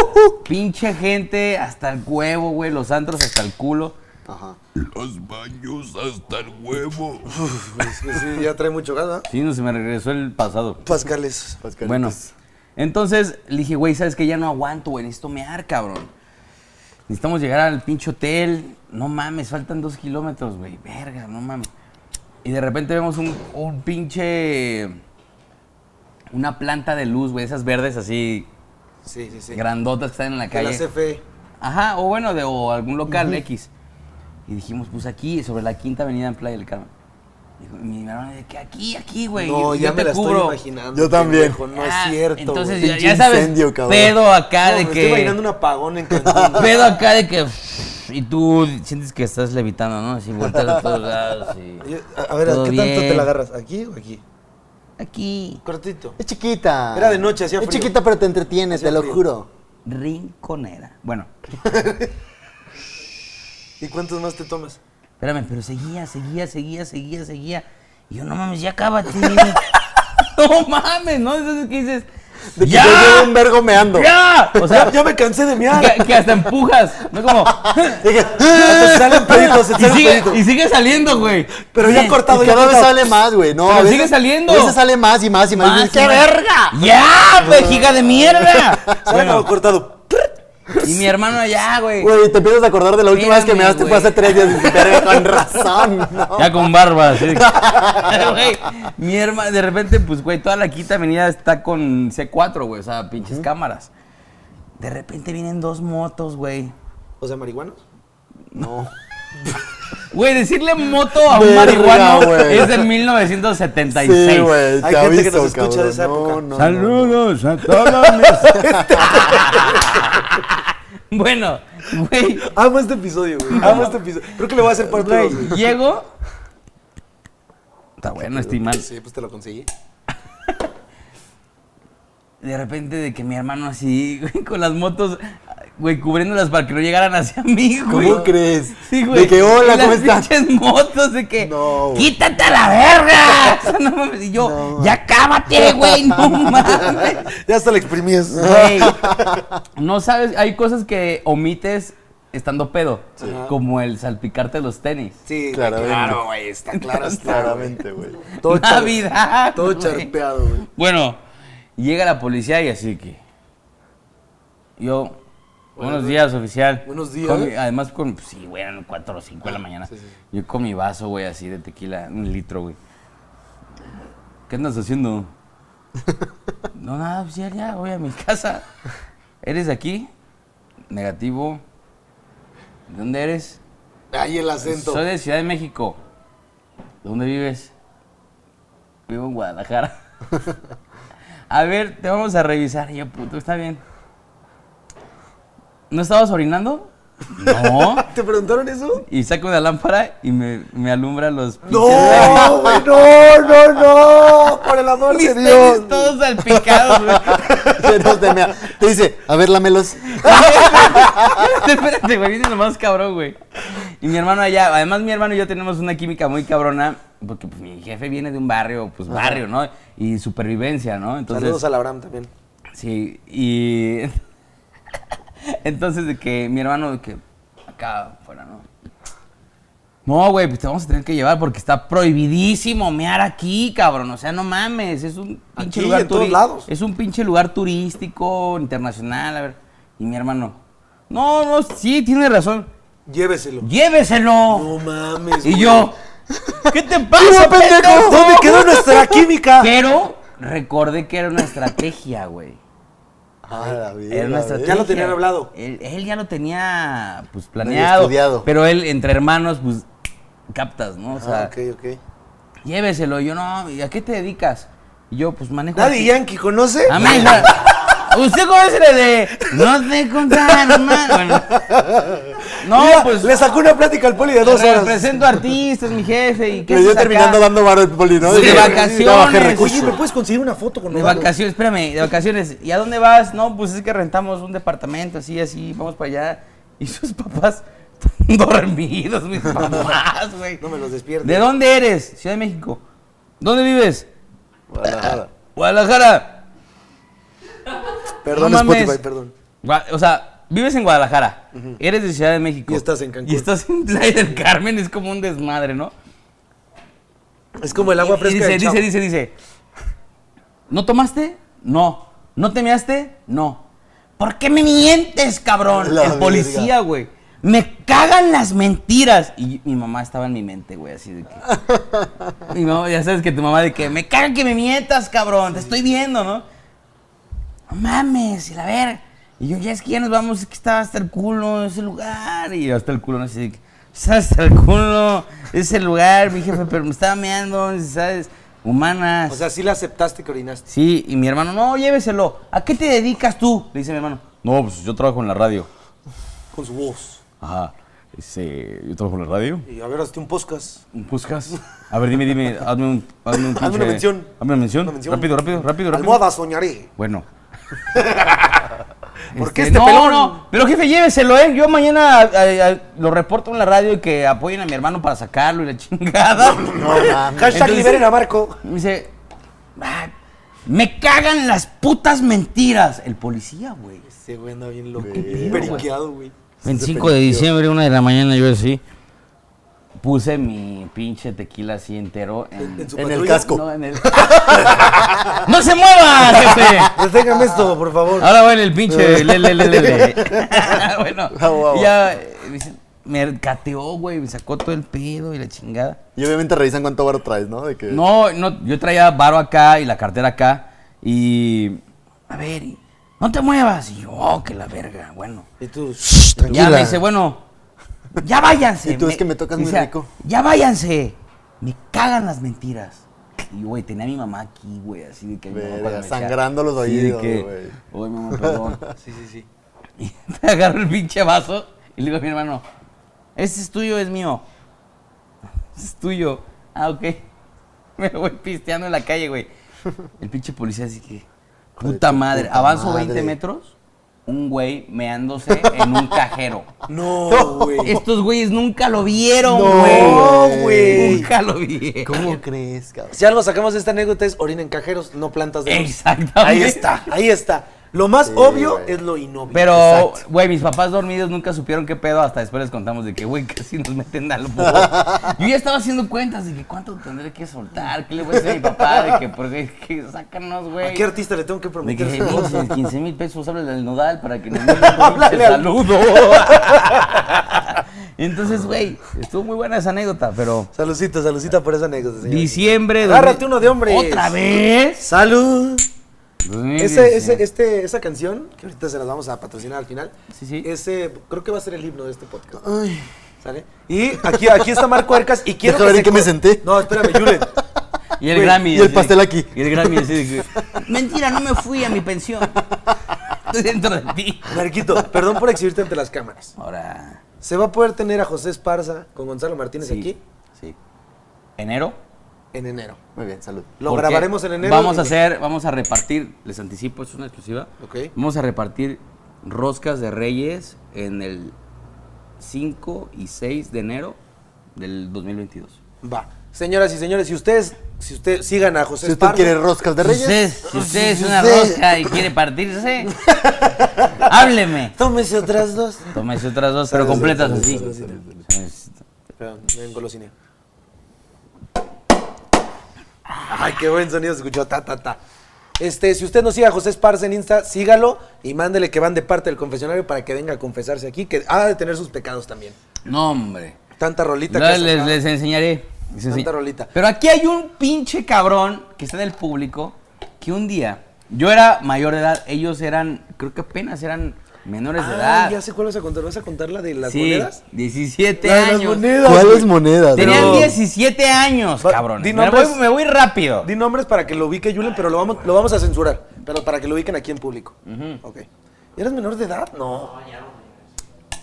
C: pinche gente hasta el huevo, güey, los antros hasta el culo.
B: Ajá.
G: Los baños hasta el huevo.
A: pues, Sí, ya trae mucho gas, ¿no?
C: Sí, no se me regresó el pasado.
A: Pascales.
B: Pascalitos.
C: Bueno, entonces le dije, güey, ¿sabes que Ya no aguanto, güey, necesito mear, cabrón. Necesitamos llegar al pinche hotel. No mames, faltan dos kilómetros, güey. Verga, no mames. Y de repente vemos un, un pinche... Una planta de luz, güey, esas verdes así
A: Sí, sí, sí.
C: grandotas que están en la
A: De
C: calle.
A: la E. CFE.
C: Ajá, o bueno, de o algún local X. Y dijimos, pues aquí, sobre la quinta avenida en Playa del Carmen. Dijo, mi hermano, de que aquí, aquí, güey.
A: No,
C: yo-
A: ya
C: yo
A: me
C: te
A: la
C: cubro.
A: estoy imaginando.
B: Yo también.
A: pendejo, no es
C: Ah,
A: cierto.
C: Entonces
A: güey.
C: ya,
B: Pinche
C: ya sabes,
B: incendio, cabrón.
C: pedo acá
A: No,
C: de
A: me
C: que
A: Estoy imaginando un apagón en Cancún.
C: pedo acá de que y tú sientes que estás levitando, ¿no? Así volteas a todos lados y
A: Yo- a- A ver, ¿a
C: todo
A: qué tanto te
C: bien.
A: la agarras? ¿Aquí o aquí?
C: Aquí.
A: Cortito.
B: Es chiquita.
A: Era de noche, hacía
B: Es
A: frío.
B: chiquita, pero te entretienes,
A: Hacía
B: te lo
A: frío.
B: juro.
C: rinconera. Bueno,
A: ¿Y cuántos más te tomas?
C: espérame, pero seguía, seguía, seguía, seguía, seguía. Y yo, no mames, ya acábate. no mames, ¿no? Entonces, ¿qué dices?
B: De que
C: ¡Ya!
B: yo llevo un vergo meando.
C: ¡Ya! O sea,
A: ya me cansé de miar.
C: que, que hasta empujas. No como.
B: Dije,
A: Hasta "Ah, se salen peditos, se
C: y,
A: salen
C: sigue,
A: peditos.
C: y sigue saliendo, güey.
A: Pero ya
C: Sí.
A: cortado,
B: y
A: ya
B: cada vez
A: cortado.
B: sale más, güey. No,
C: Pero
B: a veces-
C: sigue saliendo.
B: A veces sale más y más y más.
C: Más,
B: Y dices,
C: más.
B: Ah, ¡Qué verga!
C: ¡Ya, vejiga de mierda!
A: Sale como cortado.
C: Y mi hermano allá, güey.
B: Güey, te empiezas a acordar de la última vez que me
C: Espérame,
B: daste fue
C: güey.
B: hace tres días. Y dices, verga, con razón, ¿no?
C: Ya con barba, sí. Güey, mi hermano, de repente, pues, güey, toda la quinta avenida está con C4, güey, o sea, pinches cámaras. De repente vienen dos motos, güey.
A: O sea, marihuanos.
C: Güey, decirle moto a un
B: Verga,
C: marihuano
B: güey.
C: es de 1976.
B: Sí, güey.
A: Hay gente
B: te
A: que
B: aviso,
A: nos escucha
B: cabrón.
A: de esa época.
B: No, no, no.
H: Saludos a todos mis
C: Bueno, güey,
A: Amo este episodio, güey. Amo este episodio. Creo que le voy a hacer parte
C: güey,
A: dos, güey.
C: llego. Está bueno, este estoy mal.
A: Sí, pues te lo conseguí.
C: De repente, de que mi hermano así, güey, con las motos, güey, cubriéndolas para que no llegaran hacia mí, güey.
B: ¿Cómo crees?
C: Sí, güey.
B: De que, hola,
C: Y
B: ¿cómo
C: las
B: estás?
C: pinches motos, de que.
B: No, güey.
C: ¡Quítate a la verga! O sea, no mames. Y yo, ya cábate, güey, no mames.
A: Ya hasta la exprimías.
C: Güey, no sabes, hay cosas que omites estando pedo, como el salpicarte los tenis.
A: Sí,
B: Claramente.
A: claro, güey. Está claro, está. güey.
B: Claramente, güey.
A: Todo char-
C: Navidad.
A: Todo
C: güey.
A: charpeado, güey.
C: Bueno, llega la policía y así que. Yo. Buenos días, oficial.
A: Buenos días. Ah,
C: Con mi- además, con. pues, Sí, güey, eran 4 o 5 de la mañana.
A: sí, sí.
C: Yo con mi vaso, güey, así de tequila, un litro, güey. ¿Qué andas haciendo? no, nada, oficial, ya, voy a mi casa. ¿Eres de aquí? Negativo. ¿De dónde eres?
A: Ahí el acento.
C: Soy de Ciudad de México. ¿Dónde vives? Vivo en Guadalajara. a ver, te vamos a revisar. Y yo, puto, está bien. ¿No estabas orinando? No.
A: ¿Te preguntaron eso?
C: Y saco una lámpara y me, me alumbra los pinches
A: No, güey, no, no, no. ¡Oh! Por el amor
C: Mis
A: de
C: tenis
A: Dios.
C: todos salpicados, güey.
B: Llenos de mea. Te dice, a ver, lámelos.
C: Espérate, güey, viene lo más cabrón, güey. Y mi hermano allá, además mi hermano y yo tenemos una química muy cabrona, porque pues, mi jefe viene de un barrio, pues barrio, ¿no? Y supervivencia, ¿no? Entonces,
A: Saludos a Labram también.
C: Sí, y. Entonces, de que mi hermano, de que acá fuera, ¿no? No, güey, pues te vamos a tener que llevar porque está prohibidísimo mear aquí, cabrón. O sea, no mames, es un
A: Aquí,
C: pinche lugar
A: en todos
C: turi-
A: lados.
C: Es un pinche lugar turístico, internacional, a ver. Y mi hermano, no, no, sí, tiene razón.
A: Lléveselo.
C: ¡Lléveselo!
A: No mames.
C: y
A: güey.
C: yo, ¿qué te pasa, pendejo?
A: ¿Dónde quedó nuestra química?
C: Pero recordé que era una estrategia, güey.
B: Ah, la vida,
C: Era una
B: güey.
C: estrategia.
A: Ya lo tenían hablado.
C: Él, él ya lo tenía pues
B: Medio
C: planeado.
B: estudiado.
C: Pero él, entre hermanos, pues captas, ¿no? O sea,
A: Ah, ok, ok.
C: lléveselo. Y Yo, no, ¿y a qué te dedicas? Y yo, pues manejo.
A: Nadie
C: aquí.
A: Yankee conoce.
C: A mí, o sea, ¿Usted conoce la de no te contar, hermano? Bueno. No,
A: Mira,
C: pues.
A: Le sacó una plática al poli de dos horas.
C: Represento artistas, mi jefe. ¿Y qué
B: Me dio
C: haces acá?
B: terminando dando bar de poli, ¿no?
C: Sí,
B: Dije,
C: vacaciones.
B: ya bajé
A: Oye,
B: recursos.
A: ¿me puedes conseguir una foto con
C: De
A: Osvaldo?
C: vacaciones, espérame, de vacaciones. ¿Y a dónde vas? No, pues es que rentamos un departamento, así, así, vamos para allá. Y sus papás están dormidos, mis papás, güey.
A: No me los despiertes.
C: ¿De dónde eres? Ciudad de México. ¿Dónde vives?
B: Guadalajara.
C: Guadalajara.
A: Perdón,
C: No mames.
A: Spotify, perdón.
C: Gua- o sea, vives en Guadalajara. Eres de Ciudad de México.
A: Y estás en Cancún.
C: Y estás en Playa del Carmen, es como un desmadre, ¿no?
A: Es como el agua
C: Y
A: fresca
C: dice,
A: del
C: dice,
A: Chavo.
C: dice, dice. ¿No tomaste? No. ¿No te measte? No. ¿Por qué me mientes, cabrón?
B: La
C: el
B: verga.
C: policía, güey. Me cagan las mentiras. Y mi mamá estaba en mi mente, güey, así de que. mi mamá, ya sabes que tu mamá de que me cagan que me mientas, cabrón. Te estoy viendo, ¿no? No mames, y la verga. Y yo, ya es que ya nos vamos, es que estaba hasta el culo ese lugar. Y yo, hasta el culo, no sé. Estaba hasta el culo ese lugar, mi jefe, pero me estaba meando, ¿sabes? Humanas.
A: O sea, sí la aceptaste que orinaste.
C: sí, y mi hermano, no, lléveselo. ¿A qué te dedicas tú? Le dice mi hermano. No, pues yo trabajo en la radio.
A: Con su voz.
C: Ajá. Este, yo trabajo en la radio.
A: Y a ver, hazte un podcast.
C: ¿Un podcast? A ver, dime, dime, hazme un. Hazme, un
A: Hazme una
C: pinche-
A: mención.
C: Hazme una mención.
A: Una mención.
C: Rápido, rápido, rápido, rápido.
A: Almohada soñaré.
C: Bueno.
A: Porque este
C: Este, no,
A: pelón.
C: no, pero jefe, lléveselo, ¿eh? Yo mañana a- a- lo reporto en la radio y que apoyen a mi hermano para sacarlo y la chingada.
A: Hashtag
C: Entonces-
A: liberen a Marco.
C: Me dice, "Ay, me cagan las putas mentiras. El policía, güey.
A: Ese güey anda bien loco.
B: Bien,
A: Periqueado, güey.
C: 25 de diciembre, una de la mañana, yo así. Puse mi pinche tequila así entero en,
A: En su
B: En el
A: patrulla.
B: casco.
C: No, en el- ¡No se mueva, jefe!
A: Deténgame esto, por favor.
C: Ahora va en el pinche. le, le, le, le, le. bueno,
B: Ah, guau.
C: y ya eh, me dice, me cateó, güey, me sacó todo el pedo y la chingada.
B: Y obviamente revisan cuánto barro traes, ¿no? De que-
C: No, no, yo traía varo acá y la cartera acá. Y. A ver, y- no te muevas. Y yo, oh, que la verga, bueno.
A: Y tú.
C: Ya me dice, bueno, ya váyanse.
B: Y tú, es que me tocas muy
C: dice,
B: rico.
C: Ya váyanse. Me cagan las mentiras. Y, güey, tenía a mi mamá aquí, güey, así de que... mi mamá
B: Verga,
C: cuando me decía-
B: sangrando los
C: así de
B: oídos,
C: que,
B: güey.
C: Oye, mamá, perdón.
A: Sí, sí, sí.
C: Y te agarro el pinche vaso y le digo a mi hermano, este es tuyo, es mío. Este es tuyo. Ah, ok. Me voy pisteando en la calle, güey. El pinche policía así que,
B: de
C: puta
B: tu
C: madre.
B: puta
C: Avanzo
B: madre.
C: 20 metros, un güey meándose en un cajero.
A: No, güey.
C: Estos güeyes nunca lo vieron, güey.
A: No, güey.
C: Nunca lo vieron.
B: ¿Cómo crees, cabrón?
A: Si algo sacamos de esta anécdota es orina en cajeros, no plantas de luz.
C: Exactamente.
A: Ahí está, ahí está. Lo más
B: Sí,
A: obvio
B: güey.
A: es lo innovador.
C: Pero, güey, mis papás dormidos nunca supieron qué pedo. Hasta después les contamos de que, güey, casi nos meten al bobo. Yo ya estaba haciendo cuentas de que cuánto tendré que soltar, qué le voy a decir a mi papá, de que, porque, que sácanos,
A: ¿A
C: güey.
A: qué artista le tengo que
C: De
A: prometer?
C: que
A: eso?
C: 15 mil pesos, háblale al nodal para que nos mande un pinche
A: Háblale al-
C: saludo. Entonces, güey, estuvo muy buena esa anécdota, pero...
A: Salucita, salucita por esa anécdota, señor.
C: Diciembre... dos mil-
A: Agárrate uno de hombres.
C: ¿Otra vez?
A: Salud. Ese,
C: 2019.
A: ese, este, esa canción, que ahorita se las vamos a patrocinar al final.
C: Sí, sí.
A: Ese, creo que va a ser el himno de este podcast. ¿Sale? Y aquí, aquí está Marco Arcas y quiero
B: Deja ver en
A: se
B: qué me
A: co-
B: senté.
A: No, espérame, Julen.
C: Y el
A: Güey,
C: Grammy.
B: y el
C: así de-
B: pastel aquí.
C: Y el Grammy así de que, Mentira, no me fui a mi pensión. Estoy dentro de ti.
A: Marquito, perdón por exhibirte ante las cámaras.
C: Ahora.
A: ¿Se va a poder tener a José Esparza con Gonzalo Martínez
C: sí,
A: aquí?
C: Sí. ¿Enero?
A: En enero.
B: Muy bien, salud.
A: Lo
C: Porque
A: grabaremos en enero.
C: Vamos a
A: y-
C: hacer, vamos a repartir, les anticipo, es una exclusiva.
A: Ok.
C: Vamos a repartir roscas de reyes en el 5 y 6 de enero del 2022.
A: Va. Señoras y señores, si ustedes, si usted sigan a José
B: Si usted
A: Esparza.
B: quiere roscas de
C: Si usted,
B: reyes,
C: si usted es
B: si
C: una
B: usted-
C: rosca y quiere partirse, hábleme.
A: Tómese otras dos.
C: Tómese otras dos, pero completas así. Este,
A: Perdón, me engolosiné. Ay, qué buen sonido se escuchó. Ta, ta, ta. Este, si usted no sigue a José Esparza en Insta, sígalo y mándele que van de parte del confesionario para que venga a confesarse aquí, que ha de tener sus pecados también.
C: No, hombre.
A: Tanta rolita
C: No,
A: que ha
C: les,
A: sacado.
C: les enseñaré. Les
A: Tanta
C: enseñ-
A: rolita.
C: Pero aquí hay un pinche cabrón que está en el público que un día, yo era mayor de edad, ellos eran, creo que apenas eran menores de
A: Ah,
C: edad.
A: ya sé cuál vas a contar. ¿Vas a contar la de las
C: sí,
A: monedas?
C: 17
A: La de las
C: años.
A: monedas.
B: ¿cuáles monedas?
C: Tenían
B: bro?
C: 17 años,
A: Va-
C: cabrón.
A: di
C: Me, voy-
A: nombres.
C: me voy rápido.
A: Di nombres para que lo ubique Julen, pero lo vamos, lo vamos a censurar. Pero para que lo ubiquen aquí en público. Ok. ¿Eres menor de edad? No.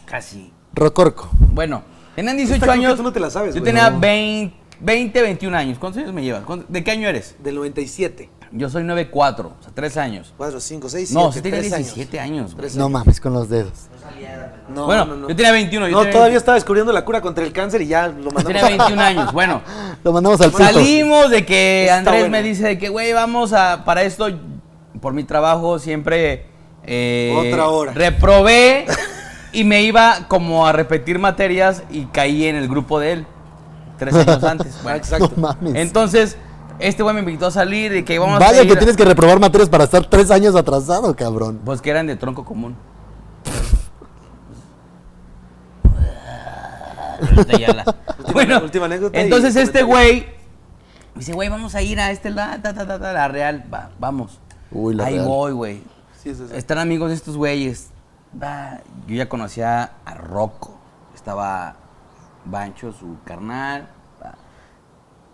C: Casi.
B: Rocorco.
C: Bueno, tenían 18
A: creo que
C: años.
A: tú no te la sabes,
C: Yo
A: güey.
C: tenía
A: No.
C: 20, 20, 21 años. ¿Cuántos años me llevas? ¿Cuánto- ¿De qué año eres?
A: Del 97.
C: Yo soy 9'4", o sea, 3 años.
A: 4, 5, 6, 7.
C: No, sí tenía
A: tres
C: 17 años. güey.
A: Tres
B: No mames, con los dedos.
A: No,
C: bueno,
A: no, no.
C: yo tenía 21. yo
A: No,
C: tenía
A: todavía estaba descubriendo la cura contra el cáncer y ya lo
C: Yo
A: mandamos.
C: tenía 21 años. Bueno,
B: Lo mandamos al punto.
C: salimos de que
A: Está
C: Andrés
A: bueno.
C: me dice de que, güey, vamos a, para esto, por mi trabajo siempre... eh,
A: Otra hora.
C: Reprobé y me iba como a repetir materias y caí en el grupo de él. Tres años antes. Bueno,
A: Ah, Exacto.
B: No mames.
C: Entonces, este güey me invitó a salir y que íbamos a
B: Vaya
C: salir-
B: que tienes que reprobar materias para estar tres años atrasado, cabrón.
C: Pues que eran de tronco común. Ahorita ya la- bueno,
A: última anécdota y
C: entonces este
A: comentario.
C: güey me dice, güey, vamos a ir a este lado, ta, ta, ta, ta, la real, va, vamos.
B: Uy, la
C: Ahí
B: Real.
C: voy, güey.
A: Sí, sí, sí.
C: Están amigos de estos güeyes. Va, Yo ya conocía a Rocco. Estaba Bancho, su carnal. va.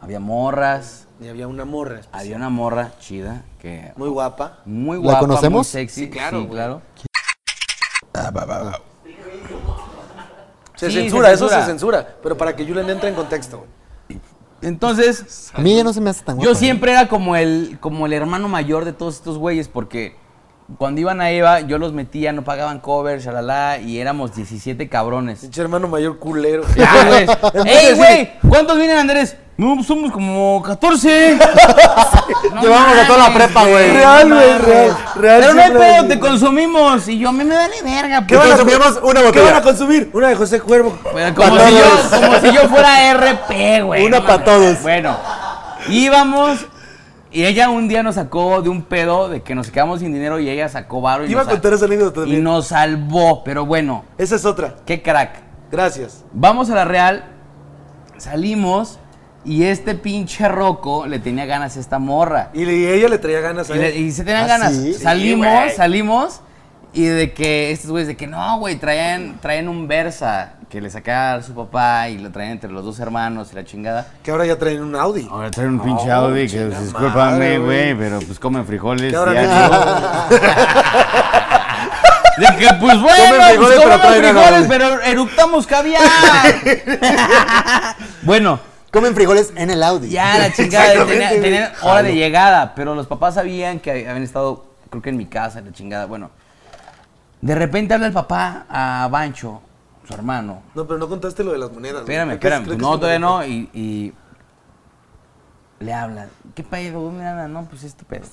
C: Había morras.
A: Y había una morra. especial.
C: Había una morra chida que
A: Muy guapa.
C: muy
B: ¿La
C: guapa, muy
B: conocemos?
C: sexy.
A: Sí, claro, güey.
C: claro.
A: Se
C: Sí,
A: censura,
C: se
A: eso se
C: censura.
A: censura. Pero para que Julen entre en contexto. güey.
C: Entonces,
B: A mí ya no se me hace tan guapo. ¿eh?
C: yo siempre era como el, como el hermano mayor de todos estos güeyes porque cuando iban a Eva, yo los metía, no pagaban cover, shalala, y éramos 17 cabrones.
A: Pinche hermano mayor culero.
C: Ya, güey.
A: Entonces,
C: ¡Ey,
A: sí.
C: güey! ¿Cuántos vienen, Andrés? No, pues somos como 14. No
B: Llevamos a toda la
C: mames,
B: prepa, güey.
A: Real, güey,
C: mames.
A: real, real,
C: Pero no hay
A: siempre lo
C: pedo,
A: digo.
C: te consumimos. Y yo, a mí me vale verga,
B: ¿Qué
C: pues.
B: van a consumíamos una
A: ¿Qué van a
B: botella.
A: consumir? Una de José Cuervo.
C: Bueno, como,
B: Pa'
C: si
B: todos.
C: yo, como si yo fuera RP, güey.
B: Una
C: no
B: pa'
C: mames.
B: todos.
C: Bueno, íbamos y ella un día nos sacó de un pedo de que nos quedamos sin dinero y ella sacó varo y,
A: Iba a
C: nos, sal-
A: contar esa anécdota
C: y
B: ¿eh?
A: también.
C: nos salvó. Pero bueno,
A: Esa es otra.
C: qué crack.
A: Gracias.
C: Vamos a la Real, salimos y este pinche roco le tenía ganas a esta morra.
A: Y, le- y ella le traía ganas a
C: Y, le-
A: él.
C: y se tenían
B: ¿Ah,
C: ganas.
B: sí?
C: Salimos,
A: Sí, güey.
C: salimos. Y de que estos güeyes, de que no, güey, traen, traen un Versa que le saca su papá y lo traen entre los dos hermanos y la chingada.
A: Que ahora ya traen un Audi.
C: Ahora traen un pinche Audi que, Ah, discúlpame, güey, pero pues comen frijoles.
A: Que ahora
C: y
A: no-
C: algo. De que pues bueno,
B: Comen frijoles,
C: pues,
B: pero
C: comemos
B: traen un
C: frijoles,
B: Audi.
C: pero eructamos caviar. bueno,
B: Comen frijoles en el Audi.
C: ya, la chingada, tenía,
A: Exactamente,
C: tenían hora de llegada, pero los papás sabían que habían estado, creo que en mi casa, la chingada, bueno. De repente habla el papá a Bancho, su hermano.
A: No, pero no contaste lo de las monedas. güey. Creo
C: Espérame,
A: que es- creo
C: espérame, pues
A: que
C: no,
A: es
C: todavía
A: importante.
C: no, y, y le habla, ¿qué pedo? güey? Nada, no, pues este pedo,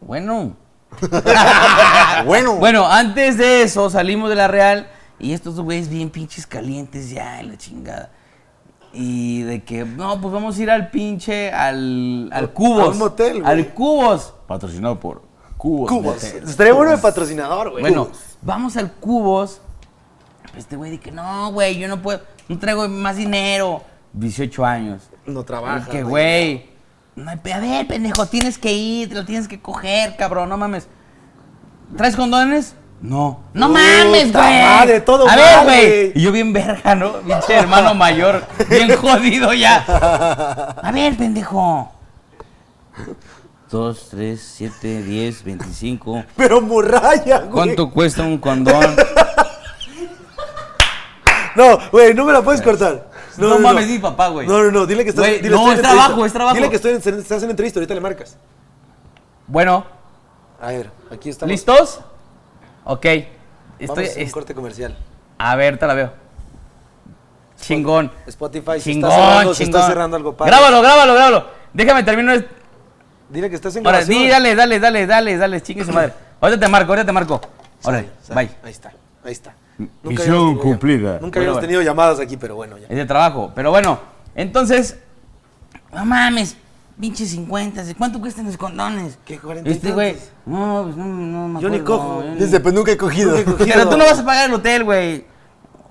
C: bueno. Bueno.
B: Ah, Bueno.
C: Bueno, antes de eso salimos de la Real y estos güeyes bien pinches calientes ya, en la chingada. Y de que, no, pues vamos a ir al pinche, al, al Cubos.
A: a un motel, güey.
C: Al Cubos. Patrocinado por Cubos.
A: Cubos.
C: Motel.
A: Estaría bueno de patrocinador, güey.
C: Bueno,
A: Cubos.
C: vamos al Cubos. Este güey dice, no, güey, yo no puedo, no traigo más dinero. 18 años.
A: No
C: Y
A: trabaja.
C: que, güey. no hay pe- a ver, pendejo, tienes que ir, te lo tienes que coger, cabrón, no mames. ¿Traes condones? No. ¡No mames,
A: Puta
C: güey!
A: madre, todo
C: A
A: mal,
C: ver,
A: güey.
C: güey. Y yo bien verga, ¿no? Pinche hermano mayor, bien jodido ya. A ver, pendejo.
I: 2, 3, 7, 10, 25.
A: Pero morraya, güey.
C: ¿Cuánto cuesta un condón?
A: No, güey, no me la puedes cortar.
C: No mames, di papá, güey.
A: No, no, no, dile que estás,
C: Güey,
A: dile,
C: no,
A: estoy en
C: es
A: entrevista.
C: trabajo, es trabajo.
A: Dile que estoy en, estás en entrevista, ahorita le marcas.
C: Bueno,
A: A ver, aquí estamos.
C: ¿listos? Ok.
A: Vamos
C: Estoy,
A: a un
C: est-
A: corte comercial.
C: a ver, te la veo. Chingón.
A: Spotify se
C: Chingón,
A: está cerrando, se
C: chingón.
A: está cerrando algo padre.
C: Grábalo, grábalo, grábalo. Déjame terminar.
A: Dile que estás en
C: Ahora,
A: grabación.
C: sí, dale, dale, dale, dale, dale, chingue su madre. Ahorita te marco, ahorita te marco. Ahora,
A: Sale,
C: bye.
A: Ahí está, ahí está.
F: misión
A: habíamos tenido-
F: cumplida.
A: Nunca
C: Bueno,
A: habíamos
C: bueno.
A: tenido llamadas aquí, pero bueno, ya.
C: Es de trabajo. Pero bueno, entonces, no mames, pinche 50. ¿Cuánto cuestan los condones?
A: ¿Qué, 40 y
C: Este güey,
A: tantos?
C: no, pues no, no me
A: Yo ni
C: acuerdo,
A: cojo.
C: yo ni-
B: Dice, pues nunca he cogido.
A: Nunca he cogido.
C: Pero tú no vas a pagar el hotel, güey.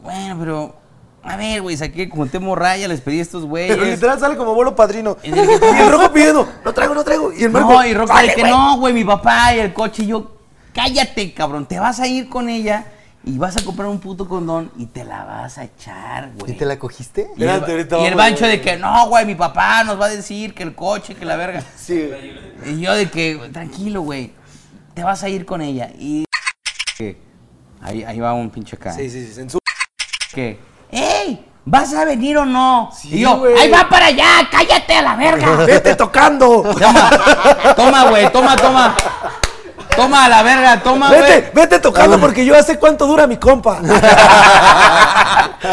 C: Bueno, pero, a ver, güey, saqué, junté morraya, les pedí a estos
A: Pero
C: güeyes.
A: literal sale como bolo padrino. Y
C: Y dije,
A: el rojo pidiendo, no traigo, no traigo. Y el marco,
C: No, y Rox
A: pues, "Vale,
C: de que
A: güey".
C: no, güey, mi papá y el coche. Y yo, cállate, cabrón, te vas a ir con ella y vas a comprar un puto condón y te la vas a echar, güey.
B: ¿Y te la cogiste?
C: Y el-
A: Espérate, ahorita
C: y el
A: vamos,
C: bancho
A: güey.
C: de que no, güey, mi papá nos va a decir que el coche, que la verga.
A: Sí.
C: Y yo de que, tranquilo, güey, te vas a ir con ella. Y. Ahí, ahí va un pinche acá.
A: Sí, sí, sí, censura.
C: que, ¡Ey! ¿Vas a venir o no?
A: Sí,
C: y yo,
A: güey.
C: ¡ahí va para allá! ¡Cállate a la verga!
A: ¡Vete tocando!
C: Toma, toma, güey, toma, toma. Toma a la verga, toma,
A: Vete,
C: güey.
A: vete tocando porque yo sé cuánto dura mi compa.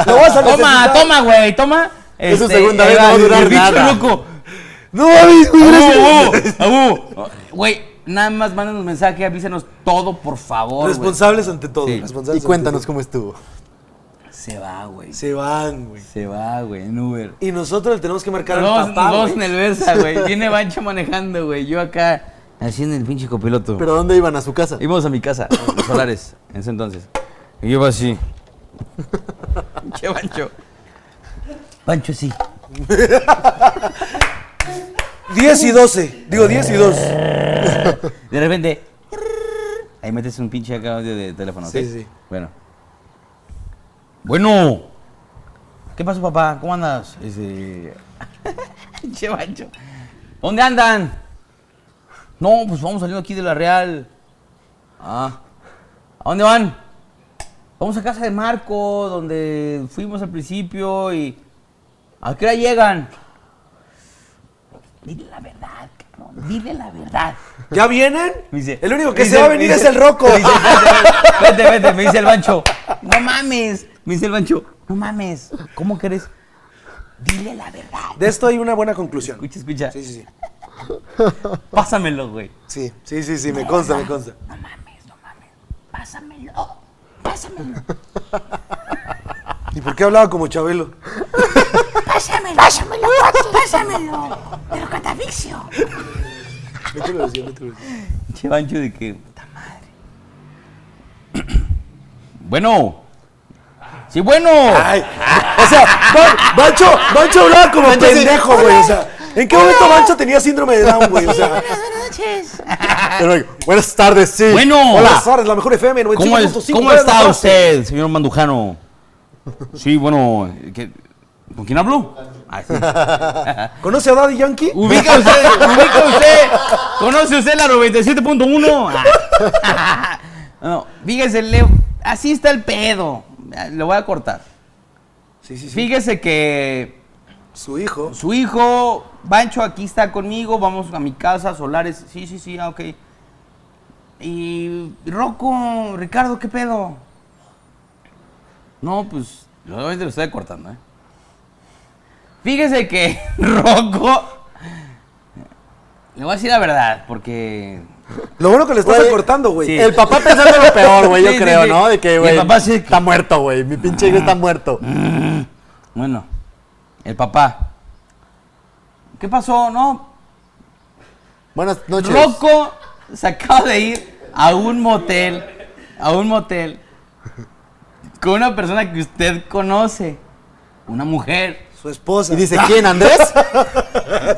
A: Lo vas a
C: Toma,
A: necesitar.
C: toma, güey, toma.
B: Es su
C: Este,
B: segunda vez, no
C: ahí va
B: va a
C: el-
B: durar
C: el bicho
B: nada.
C: loco.
A: No mames, güey.
C: Abu,
A: gracias.
C: abu, abu. Güey, nada más mándanos mensaje, avísanos todo, por favor. güey.
A: Responsables ante todo.
C: Sí.
B: Y
A: responsables
B: cuéntanos
A: ante
B: cómo estuvo.
C: Se va, güey.
A: todo. Se van, güey.
C: Se va, güey, en Uber.
A: Y nosotros le tenemos que marcar
C: Dos,
A: al papá.
C: dos en
A: güey.
C: el Versa, güey. Viene Bancho manejando, güey. Yo acá, haciendo el pinche copiloto.
B: ¿Pero dónde iban? ¿A su casa?
C: Íbamos a mi casa, a los solares, en ese entonces. Y yo iba así. Che, Pancho. Pancho, sí.
A: 10 y 12. Digo, 10 y 2.
C: De repente. Ahí metes un pinche acá audio de teléfono, ¿ok?
A: Sí, sí.
C: Bueno. Bueno. ¿Qué pasó, papá? ¿Cómo andas? Dice. che, Pancho. ¿Dónde andan? No, pues vamos saliendo aquí de la Real. Ah. ¿A dónde van? Vamos a casa de Marco, donde fuimos al principio y... ¿A qué hora llegan? dile la verdad, cabrón, dile la verdad.
A: ¿Ya vienen?
C: Me dice,
A: el único
C: me
A: que
C: dice-
A: se va a
C: me
A: venir
C: dice-
A: es el roco.
C: me dice, "Vete, vete, vete, vete", me dice el bancho. No mames, me dice el bancho. No mames, ¿cómo crees? Dile la verdad.
A: De esto hay una buena conclusión.
C: Escucha, escucha.
A: Sí, sí, sí.
C: Pásamelo, güey.
A: Sí, sí, sí, sí, me consta, me consta.
C: No mames, no mames. Pásamelo. Pásamelo.
A: ¿Y por qué hablaba como Chabelo?
J: Pásamelo. Pásamelo. Pásamelo. Pero catavixio.
C: Che, bancho de que. Puta madre. Bueno. Sí, bueno.
A: Ay, o sea, Ban- Bancho, Bancho hablaba como pendejo, güey. O sea, ¿en qué momento Bancho tenía síndrome de Down, güey? O sea,
J: Buenas noches.
B: Pero, buenas tardes, sí.
C: Bueno.
B: Hola.
A: buenas tardes, la mejor FM,
C: ¿Cómo, es-
A: 95.5,
C: cómo
A: buenas
C: está
A: tardes.
C: usted, señor Mandujano? Sí, bueno. ¿qué- ¿Con quién habló? Ah, sí.
A: ¿Conoce a Daddy Yankee?
C: Ubica usted, ubica usted. ¿Conoce usted la 97.1? Ah. No, fíjese, Leo, así está el pedo. Ah, Lo voy a cortar.
A: Sí, sí, sí.
C: Fíjese que
A: Su hijo.
C: su hijo, Bancho, aquí está conmigo, vamos a mi casa, Solares. Sí, sí, sí, ah, ok. Y Rocco, Ricardo, ¿qué pedo? No, pues, obviamente lo estoy cortando, ¿eh? Fíjese que Rocco... Le voy a decir la verdad, porque...
A: Lo bueno que le estás
B: Güey,
A: cortando, güey.
C: sí.
B: El papá pensando lo peor, güey, yo
C: Sí, sí,
B: creo,
C: sí.
B: ¿no? De que,
C: Y
B: güey,
C: el papá sí- Ah.
B: está muerto, güey. Mi pinche hijo está muerto.
C: Bueno, el papá. ¿Qué pasó? No,
B: Buenas noches.
C: Rocco se acaba de ir a un motel, a un motel, con una persona que usted conoce, una mujer.
A: Su esposa.
B: Y dice, ¿quién, Andrés?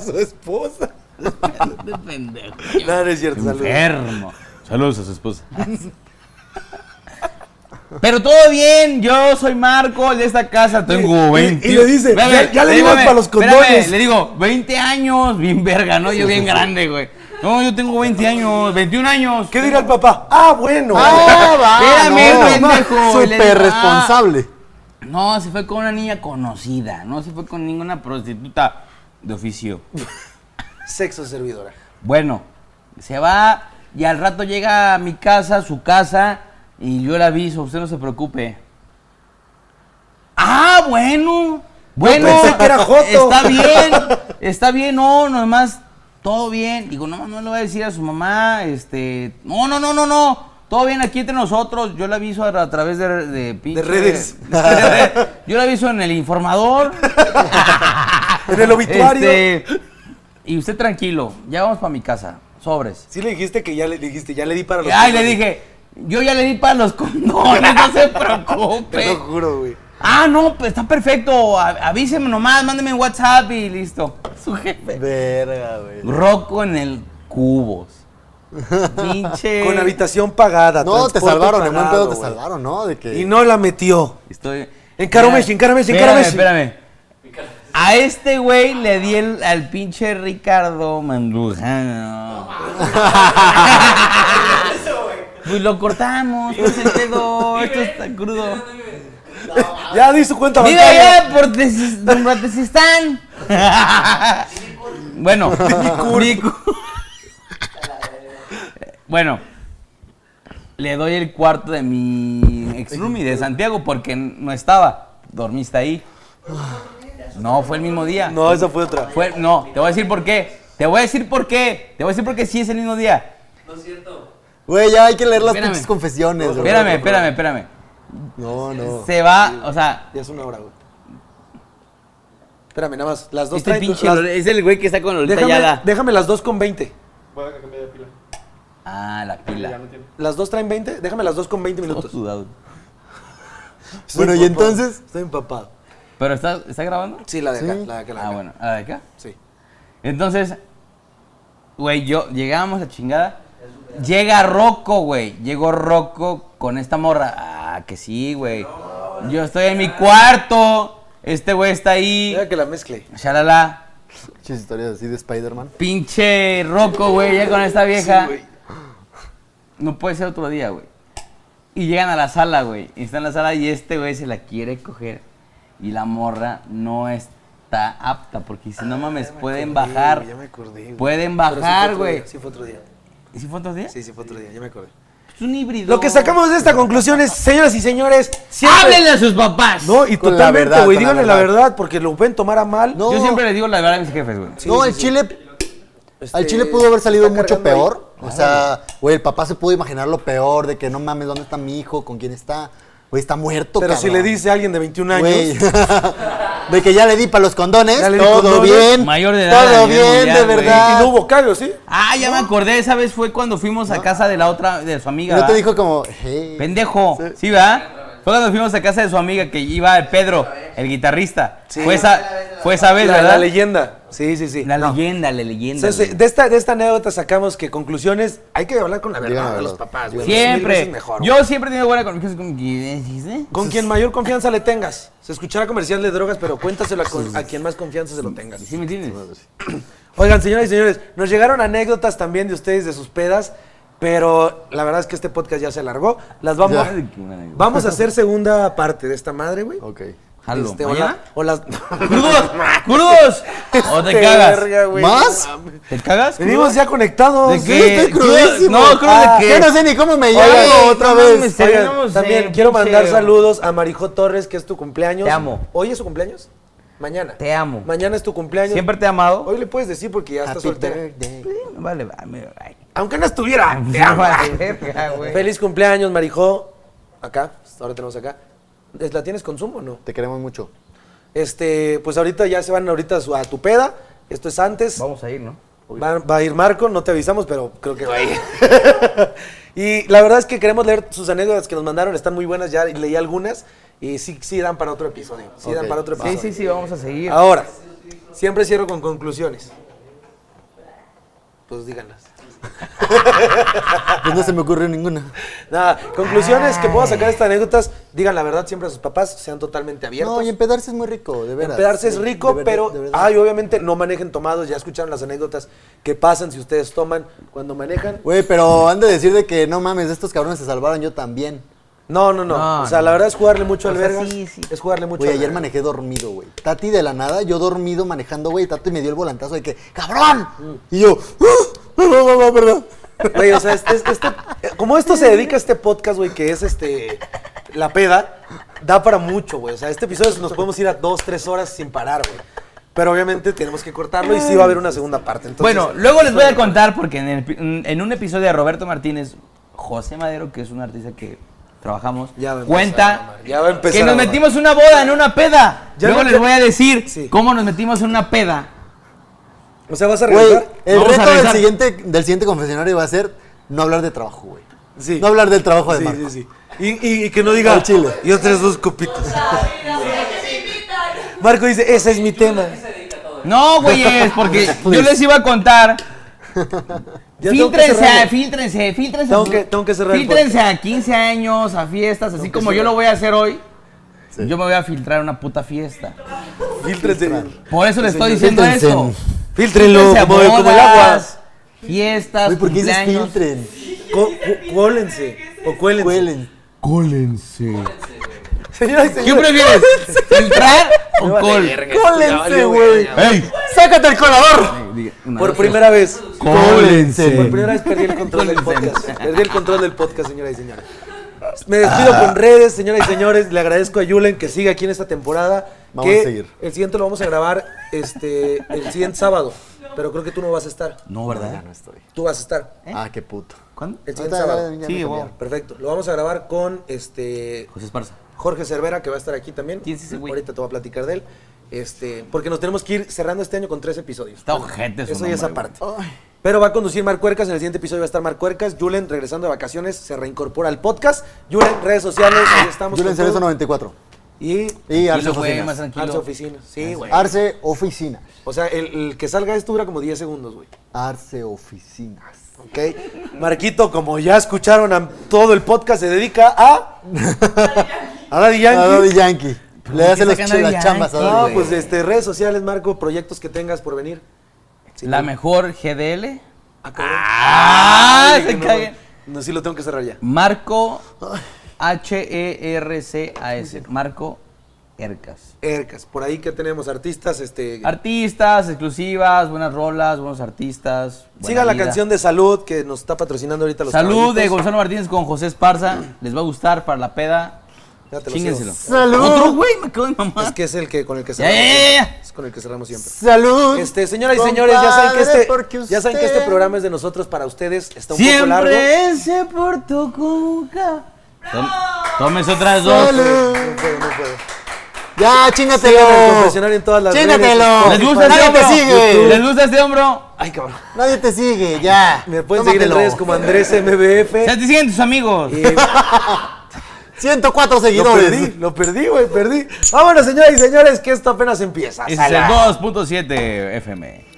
A: su esposa.
C: Pendejo.
A: No, no es cierto, saludos.
C: Enfermo. Saludos a su esposa. Pero todo bien, yo soy Marco, el de esta casa tengo
A: Y- y-
C: 20.
A: y le dice,
C: Espérame,
A: ya- ya le dimos
C: espérame,
A: para los
C: espérame,
A: condones.
C: Le digo, 20 años, bien verga, ¿no? Yo bien grande, güey. No, yo tengo 20 años, 21 años.
A: ¿Qué dirá el papá? Ah, bueno.
B: ¡Ah, va!
C: Espérame,
B: no.
C: pendejo. Y le digo,
B: Súper responsable.
C: No, se fue con una niña conocida, no se fue con ninguna prostituta de oficio.
A: Sexo servidora.
C: Bueno, se va y al rato llega a mi casa, su casa, y yo le aviso, usted no se preocupe. Ah, bueno. Bueno,
A: pensé que era joto.
C: está bien, está bien, no, nomás, todo bien. Digo, no, no le voy a decir a su mamá, este, no, no, no, no, no, todo bien aquí entre nosotros. Yo le aviso a, a través de, de, pinche-
A: redes.
C: yo le aviso en el informador.
A: En el obituario.
C: Este, y usted tranquilo, ya vamos para mi casa. Sobres.
A: Sí le dijiste que ya le le dijiste, ya le di para los
C: Ay, le
A: condones.
C: dije, yo ya le di para los condones, no
A: Te
C: se
A: lo
C: preocupe.
A: juro, güey.
C: Ah, no, pues está perfecto. a- Avíseme nomás, mándeme un WhatsApp y listo. Su jefe.
B: Verga, güey.
C: Rocco en el cubos. Pinche.
A: Con habitación pagada.
B: No, te
A: transporte
B: salvaron, en buen
A: pagado,
B: pedo te
A: güey.
B: salvaron, ¿no? De que...
A: Y no la metió.
C: Estoy.
A: Encárame,
C: Espérame,
A: encárame,
C: espérame,
A: encárame.
C: Espérame. A este güey le di el, al pinche Ricardo Mandujano. pues lo cortamos, pues el pedo, esto está crudo.
A: Ya di su cuenta
C: Vive
A: bancaria.
C: allá por Tesis- por Ratesistán. bueno, Nicur. bueno, le doy el cuarto de mi ex roomie de Santiago porque no estaba. Dormiste ahí. No, fue el mismo día.
A: No, esa fue otra.
C: Fue- no, te voy a decir por qué. Te voy a decir por qué. Te voy a decir por qué sí es el mismo día.
B: Güey, ya hay que leer las
C: Espérame.
B: pinches confesiones, güey.
C: Espérame, espérame, espérame.
B: No, no.
C: Se va, o sea,
A: Ya es una hora, güey. Espérame, nada más. Las dos
C: este
A: treinta.
C: pinche Lore- es el güey que está con Lolita
A: Déjame,
C: Ayala.
A: déjame las dos con 20.
C: Ah, la pila.
A: ¿Las dos traen 20? Déjame las dos con 20
C: Todo
A: minutos.
C: sudado.
B: Bueno, y
A: empapado.
B: entonces...
A: Estoy empapado.
C: ¿Pero está, está grabando?
A: Sí, la de acá, la de acá, la de
C: Ah,
A: acá.
C: bueno, ¿a de acá?
A: Sí.
C: Entonces, güey, yo llegamos a chingada. Llega Rocco, güey. Llegó Rocco con esta morra. Ah, que sí, güey. Yo estoy en mi cuarto. Este güey está ahí.
A: Deja que la mezcle.
C: Shalala.
B: Pinches historias así de Spider-Man.
C: Pinche Rocco, güey, ya con esta vieja. no puede ser otro día, güey. Y llegan a la sala, güey. Y está en la sala y este güey se la quiere coger. Y la morra no es apta, apta, porque si no mames, pueden
A: acordé,
C: bajar.
A: güey, ya me acordé, güey.
C: Pueden
A: Pero sí fue
C: bajar,
A: otro
C: güey.
A: día, Sí, fue otro día.
C: ¿Y si fue otro día?
A: Sí, sí, fue otro día, ya me acordé.
C: Es un híbrido.
K: Lo que sacamos de esta conclusión es, señoras y señores, siempre...
C: ¡Háblenle a sus papás!
A: No, y
B: Con la
A: totalmente,
B: verdad,
A: güey,
B: con la
A: díganle la
B: verdad.
A: verdad, porque lo pueden tomar a mal.
B: No,
C: Yo siempre les digo la verdad a mis jefes, güey.
B: no, el Chile.
A: Este,
B: Al Chile pudo haber salido mucho peor. O sea, güey, el papá se pudo imaginar lo peor de que no mames, ¿dónde está mi hijo? ¿Con quién está? Güey, está muerto,
A: Pero si
B: cabrón.
A: le dice a alguien de 21 años,
B: Güey. de que ya le di para los condones,
A: Ya le di
B: todo
A: condones.
B: bien.
C: Mayor de edad,
B: Todo
C: a nivel
B: bien, de
C: mundial, güey.
B: verdad.
A: y no hubo callos, ¿sí?
C: Ah, ya me acordé, esa vez fue cuando fuimos a casa de la otra, de su amiga.
B: ¿No te
C: ¿verdad?
B: dijo como, hey.
C: Pendejo, ¿sí va? Fue cuando fuimos a casa de su amiga que iba el Pedro, el guitarrista. Fue esa, fue esa vez,
A: La,
C: ¿verdad?
A: la leyenda. Sí, sí, sí.
C: La
A: No.
C: leyenda, la leyenda.
A: O sea, sí,
C: güey.
A: de, esta, de esta anécdota sacamos que conclusiones hay que hablar con la
B: Digan la
A: verdad de los
B: verdad.
A: papás, güey. Mil
C: Siempre.
A: veces mejor, güey.
C: Yo siempre he tenido buena confianza con ¿eh?
A: Con quien mayor confianza le tengas. Se escuchará comercial de drogas, pero cuéntaselo a, con- a quien más confianza se lo tengas.
C: ¿Sí me
A: Este,
C: entiendes?
A: Oigan, señoras y señores, nos llegaron anécdotas también de ustedes, de sus pedas, pero la verdad es que este podcast ya se alargó. Las vamos,
B: Ya.
C: Ay, qué buena idea.
A: vamos a hacer segunda parte de esta madre, güey.
B: Ok.
C: Jalo.
A: Este, o
C: ¿Mañana?
A: la- o las...
C: ¡Crudos! ¡Crudos! ¿O te
A: Este,
C: cagas?
A: verga, güey. Ah,
B: ¿Más?
A: No mames.
C: ¿Te cagas?
A: Venimos
C: crudo?
A: ya conectados.
C: ¿De
A: Sí,
C: qué?
A: estoy
C: Crudo.
B: crudísimo.
C: No, creo
A: Ah,
C: de
B: Yo
C: que.
B: no sé ni cómo me
C: Oigan,
B: llamo otra
C: no
B: vez.
C: mames,
A: Oigan,
C: terminamos
A: también
C: en
A: quiero mandar
C: pinche-
A: saludos a Marijo Torres, que es tu cumpleaños.
C: Te amo.
A: ¿Hoy es su cumpleaños? Mañana.
C: Te amo.
A: Mañana es tu cumpleaños.
C: Siempre te he amado. pues,
A: Hoy le puedes decir porque ya estás
B: Happy
A: soltera.
B: birthday.
C: Vale, vale. ay.
A: Aunque no estuviera. te amo.
C: Vale, verga, güey.
A: Feliz cumpleaños, Marijo. Acá, ahora tenemos acá. Es- ¿La tienes consumo o no?
B: Te queremos mucho.
A: Este, pues ahorita ya se van ahorita a, su- a tu peda. Esto es antes.
C: Vamos a ir, ¿no?
A: Va, va a ir Marco, no te avisamos, pero creo que va a ir. y la verdad es que queremos leer sus anécdotas que nos mandaron, están muy buenas, ya leí algunas y sí, sí dan para otro episodio. Sí dan
B: Ok.
A: para otro
C: Sí,
A: episodio.
C: sí, sí, vamos a seguir.
A: Ahora, siempre cierro con conclusiones. Pues díganlas.
B: Pues no se me ocurrió ninguna.
A: Nada, conclusiones que puedo sacar de estas anécdotas, digan la verdad siempre a sus papás, sean totalmente abiertos.
B: No, y empedarse es muy rico, de veras.
A: Empedarse es
B: De-
A: rico,
B: de verdad,
A: pero.
B: de verdad.
A: Ay, obviamente no manejen tomados. Ya escucharon las anécdotas que pasan si ustedes toman cuando manejan.
B: Güey, pero han de decir de que no mames, estos cabrones se salvaron yo también.
A: No, no, no.
C: No,
A: o sea,
C: no.
A: la verdad es jugarle mucho
C: O
A: al
C: sea,
A: vergas.
C: sí, sí.
A: Es jugarle mucho
B: Güey,
A: al
B: ayer
A: vergas.
B: manejé dormido, güey. Tati de la nada, yo dormido manejando, güey. Tati me dio el volantazo de que, ¡cabrón! Y yo, ¡ah! No, no, no, perdón.
A: Güey, o sea, este, este- este- eh, como esto se dedica a este podcast, güey, que es este. La peda, da para mucho, güey. O sea, este episodio nos podemos ir a dos, tres horas sin parar, güey. Pero obviamente tenemos que cortarlo y sí va a haber una segunda parte. Entonces,
C: bueno, luego les voy a contar porque en, el pi- en un episodio de Roberto Martínez, José Madero, que es un artista que trabajamos,
A: Ya va a empezar a
C: cuenta
A: mamar, ya va a empezar
C: que
A: a
C: nos
A: mamar.
C: metimos una boda en una peda.
A: Ya
C: luego
A: no-
C: les voy a decir
A: Sí.
C: cómo nos metimos en una peda.
A: O sea, ¿vas a
B: Güey,
A: regresar?
B: el
C: Vamos a
B: reto del
C: regresar.
B: siguiente, del siguiente confesionario va a ser no hablar de trabajo, güey.
A: Sí.
B: No hablar del trabajo de
A: Sí,
B: Marco.
A: sí, sí. Y, y- y que no diga.
B: Al chile.
A: Y otras dos copitas. Marco dice, ese es mi tema.
C: No, güeyes, porque yo
B: Please.
C: les iba a contar.
A: Pues, Ya tengo que
C: Fíltrense,
A: cerrar.
C: a- fíltrense, fíltrense. a
A: Tengo
C: sus-
A: que- tengo que cerrar el
C: Fíltrense a 15 años, a fiestas, así como yo lo voy a hacer hoy. Yo me voy a filtrar a una puta fiesta.
A: Fíltrense.
C: Por eso les estoy diciendo
B: Fíltrense.
C: esto.
A: Fíltrenlo,
C: Fíltrense a
A: como el- como el
C: bodas, Fiestas,
B: Güey, ¿por qué dices
C: cumpleaños.
B: filtren?
A: Co- cu- cuólense. O cuélense.
B: Cuelen.
A: Señoras y
C: ¿Qué
A: señores,
C: prefieres? ¿Filtrar o col?
B: Cólense, güey.
C: ¡Ey!
B: ¡Sácate el colador!
A: por primera vez. Por
B: Cólense.
A: primera vez perdí el control del podcast. Perdí el control del podcast, señoras y señores. Me despido con redes, señoras y señores. Le agradezco a Yulen que siga aquí en esta temporada.
B: Vamos
A: que
B: a seguir.
A: El siguiente lo vamos a grabar este, el siguiente sábado. Pero creo que tú no vas a estar.
C: No, ¿verdad?
A: Tú vas a estar.
B: Ah, qué puto.
C: ¿Cuándo?
A: El siguiente sábado.
C: Sí, wow.
A: Perfecto. Lo vamos a grabar con este
C: José Esparza.
A: Jorge Cervera, que va a estar aquí también.
C: ¿Quién es ese güey?
A: Ahorita te voy a platicar de él. Este, porque nos tenemos que ir cerrando este año con tres episodios.
C: Está ojete su
A: Eso ya es
C: nombre,
A: aparte. Pero va a conducir Marcuercas. En el siguiente episodio va a estar Marcuercas. Julen, regresando de vacaciones, se reincorpora al podcast. Julen, redes sociales. Ahí estamos.
B: Julen
A: con todo.
B: Cerezo 94.
A: Y
B: Y Arce
C: Tranquilo, güey,
B: Oficinas.
C: más
A: Arce
C: tranquilo.
A: Oficina. Sí, güey.
B: Arce Oficinas.
A: O sea, el, el que salga esto dura como 10 segundos, güey.
B: Arce Oficinas.
A: Ok. Marquito, como ya escucharon a todo el podcast, se dedica a. a Daddy Yankee.
B: A Daddy Yankee. Le
C: qué
B: hace los
C: sacan a
B: ch- las
C: Daddy
B: chambas a
C: Yankee,
B: Daddy
A: No,
C: güey?
A: pues este, redes sociales, Marco, proyectos que tengas por venir.
C: La mejor GDL.
A: ¡Ah!
C: se
A: cae.
C: cae.
A: No, sí lo tengo que cerrar ya.
C: E Marco H-E-R-C-A-S. Marco Ercas.
A: Ercas, por ahí que tenemos artistas, este...
C: Artistas, exclusivas, buenas rolas, buenos artistas. buena
A: siga la
C: vida.
A: canción de Salud que nos está patrocinando ahorita los
C: Salud de
A: caballitos.
C: Gonzalo Martínez con José Esparza. Les va a gustar para la peda.
A: Ya Ah, te lo
C: Chíngenselo.
A: cedo.
B: ¡Salud!
C: Otro güey, me quedo de mamá.
A: Es que es el que con el que
C: Ya, ya,
A: cerramos.
C: ya, ya.
A: Es con el que cerramos siempre.
B: Salud.
A: Este, señoras y señores, ya saben que
B: compadre,
A: este
B: porque
A: ya saben que este
B: usted-
A: programa es de nosotros para ustedes, está un poco largo.
C: Siempre se portó como Tomes otras dos.
B: Salud.
A: No puedo, no puedo.
B: Ya,
A: Síganme
B: chingatelo.
A: en el confesionario en todas las redes.
B: Chingatelo.
C: ¿Les gusta este
B: Nadie te
A: Eh.
C: hombro? ¿Les
B: sigue.
C: gusta este hombro?
A: Ay, cabrón.
B: Nadie te sigue, ya.
A: Me pueden seguir en
B: Tómatelo.
A: redes como Andrés MBF.
C: Ya te siguen tus amigos.
A: Y-
B: 104
A: Lo
B: seguidores.
A: perdí, lo perdí, güey, perdí. Vámonos, señoras y señores, que esto apenas empieza.
C: Ese es el 2.7 FM.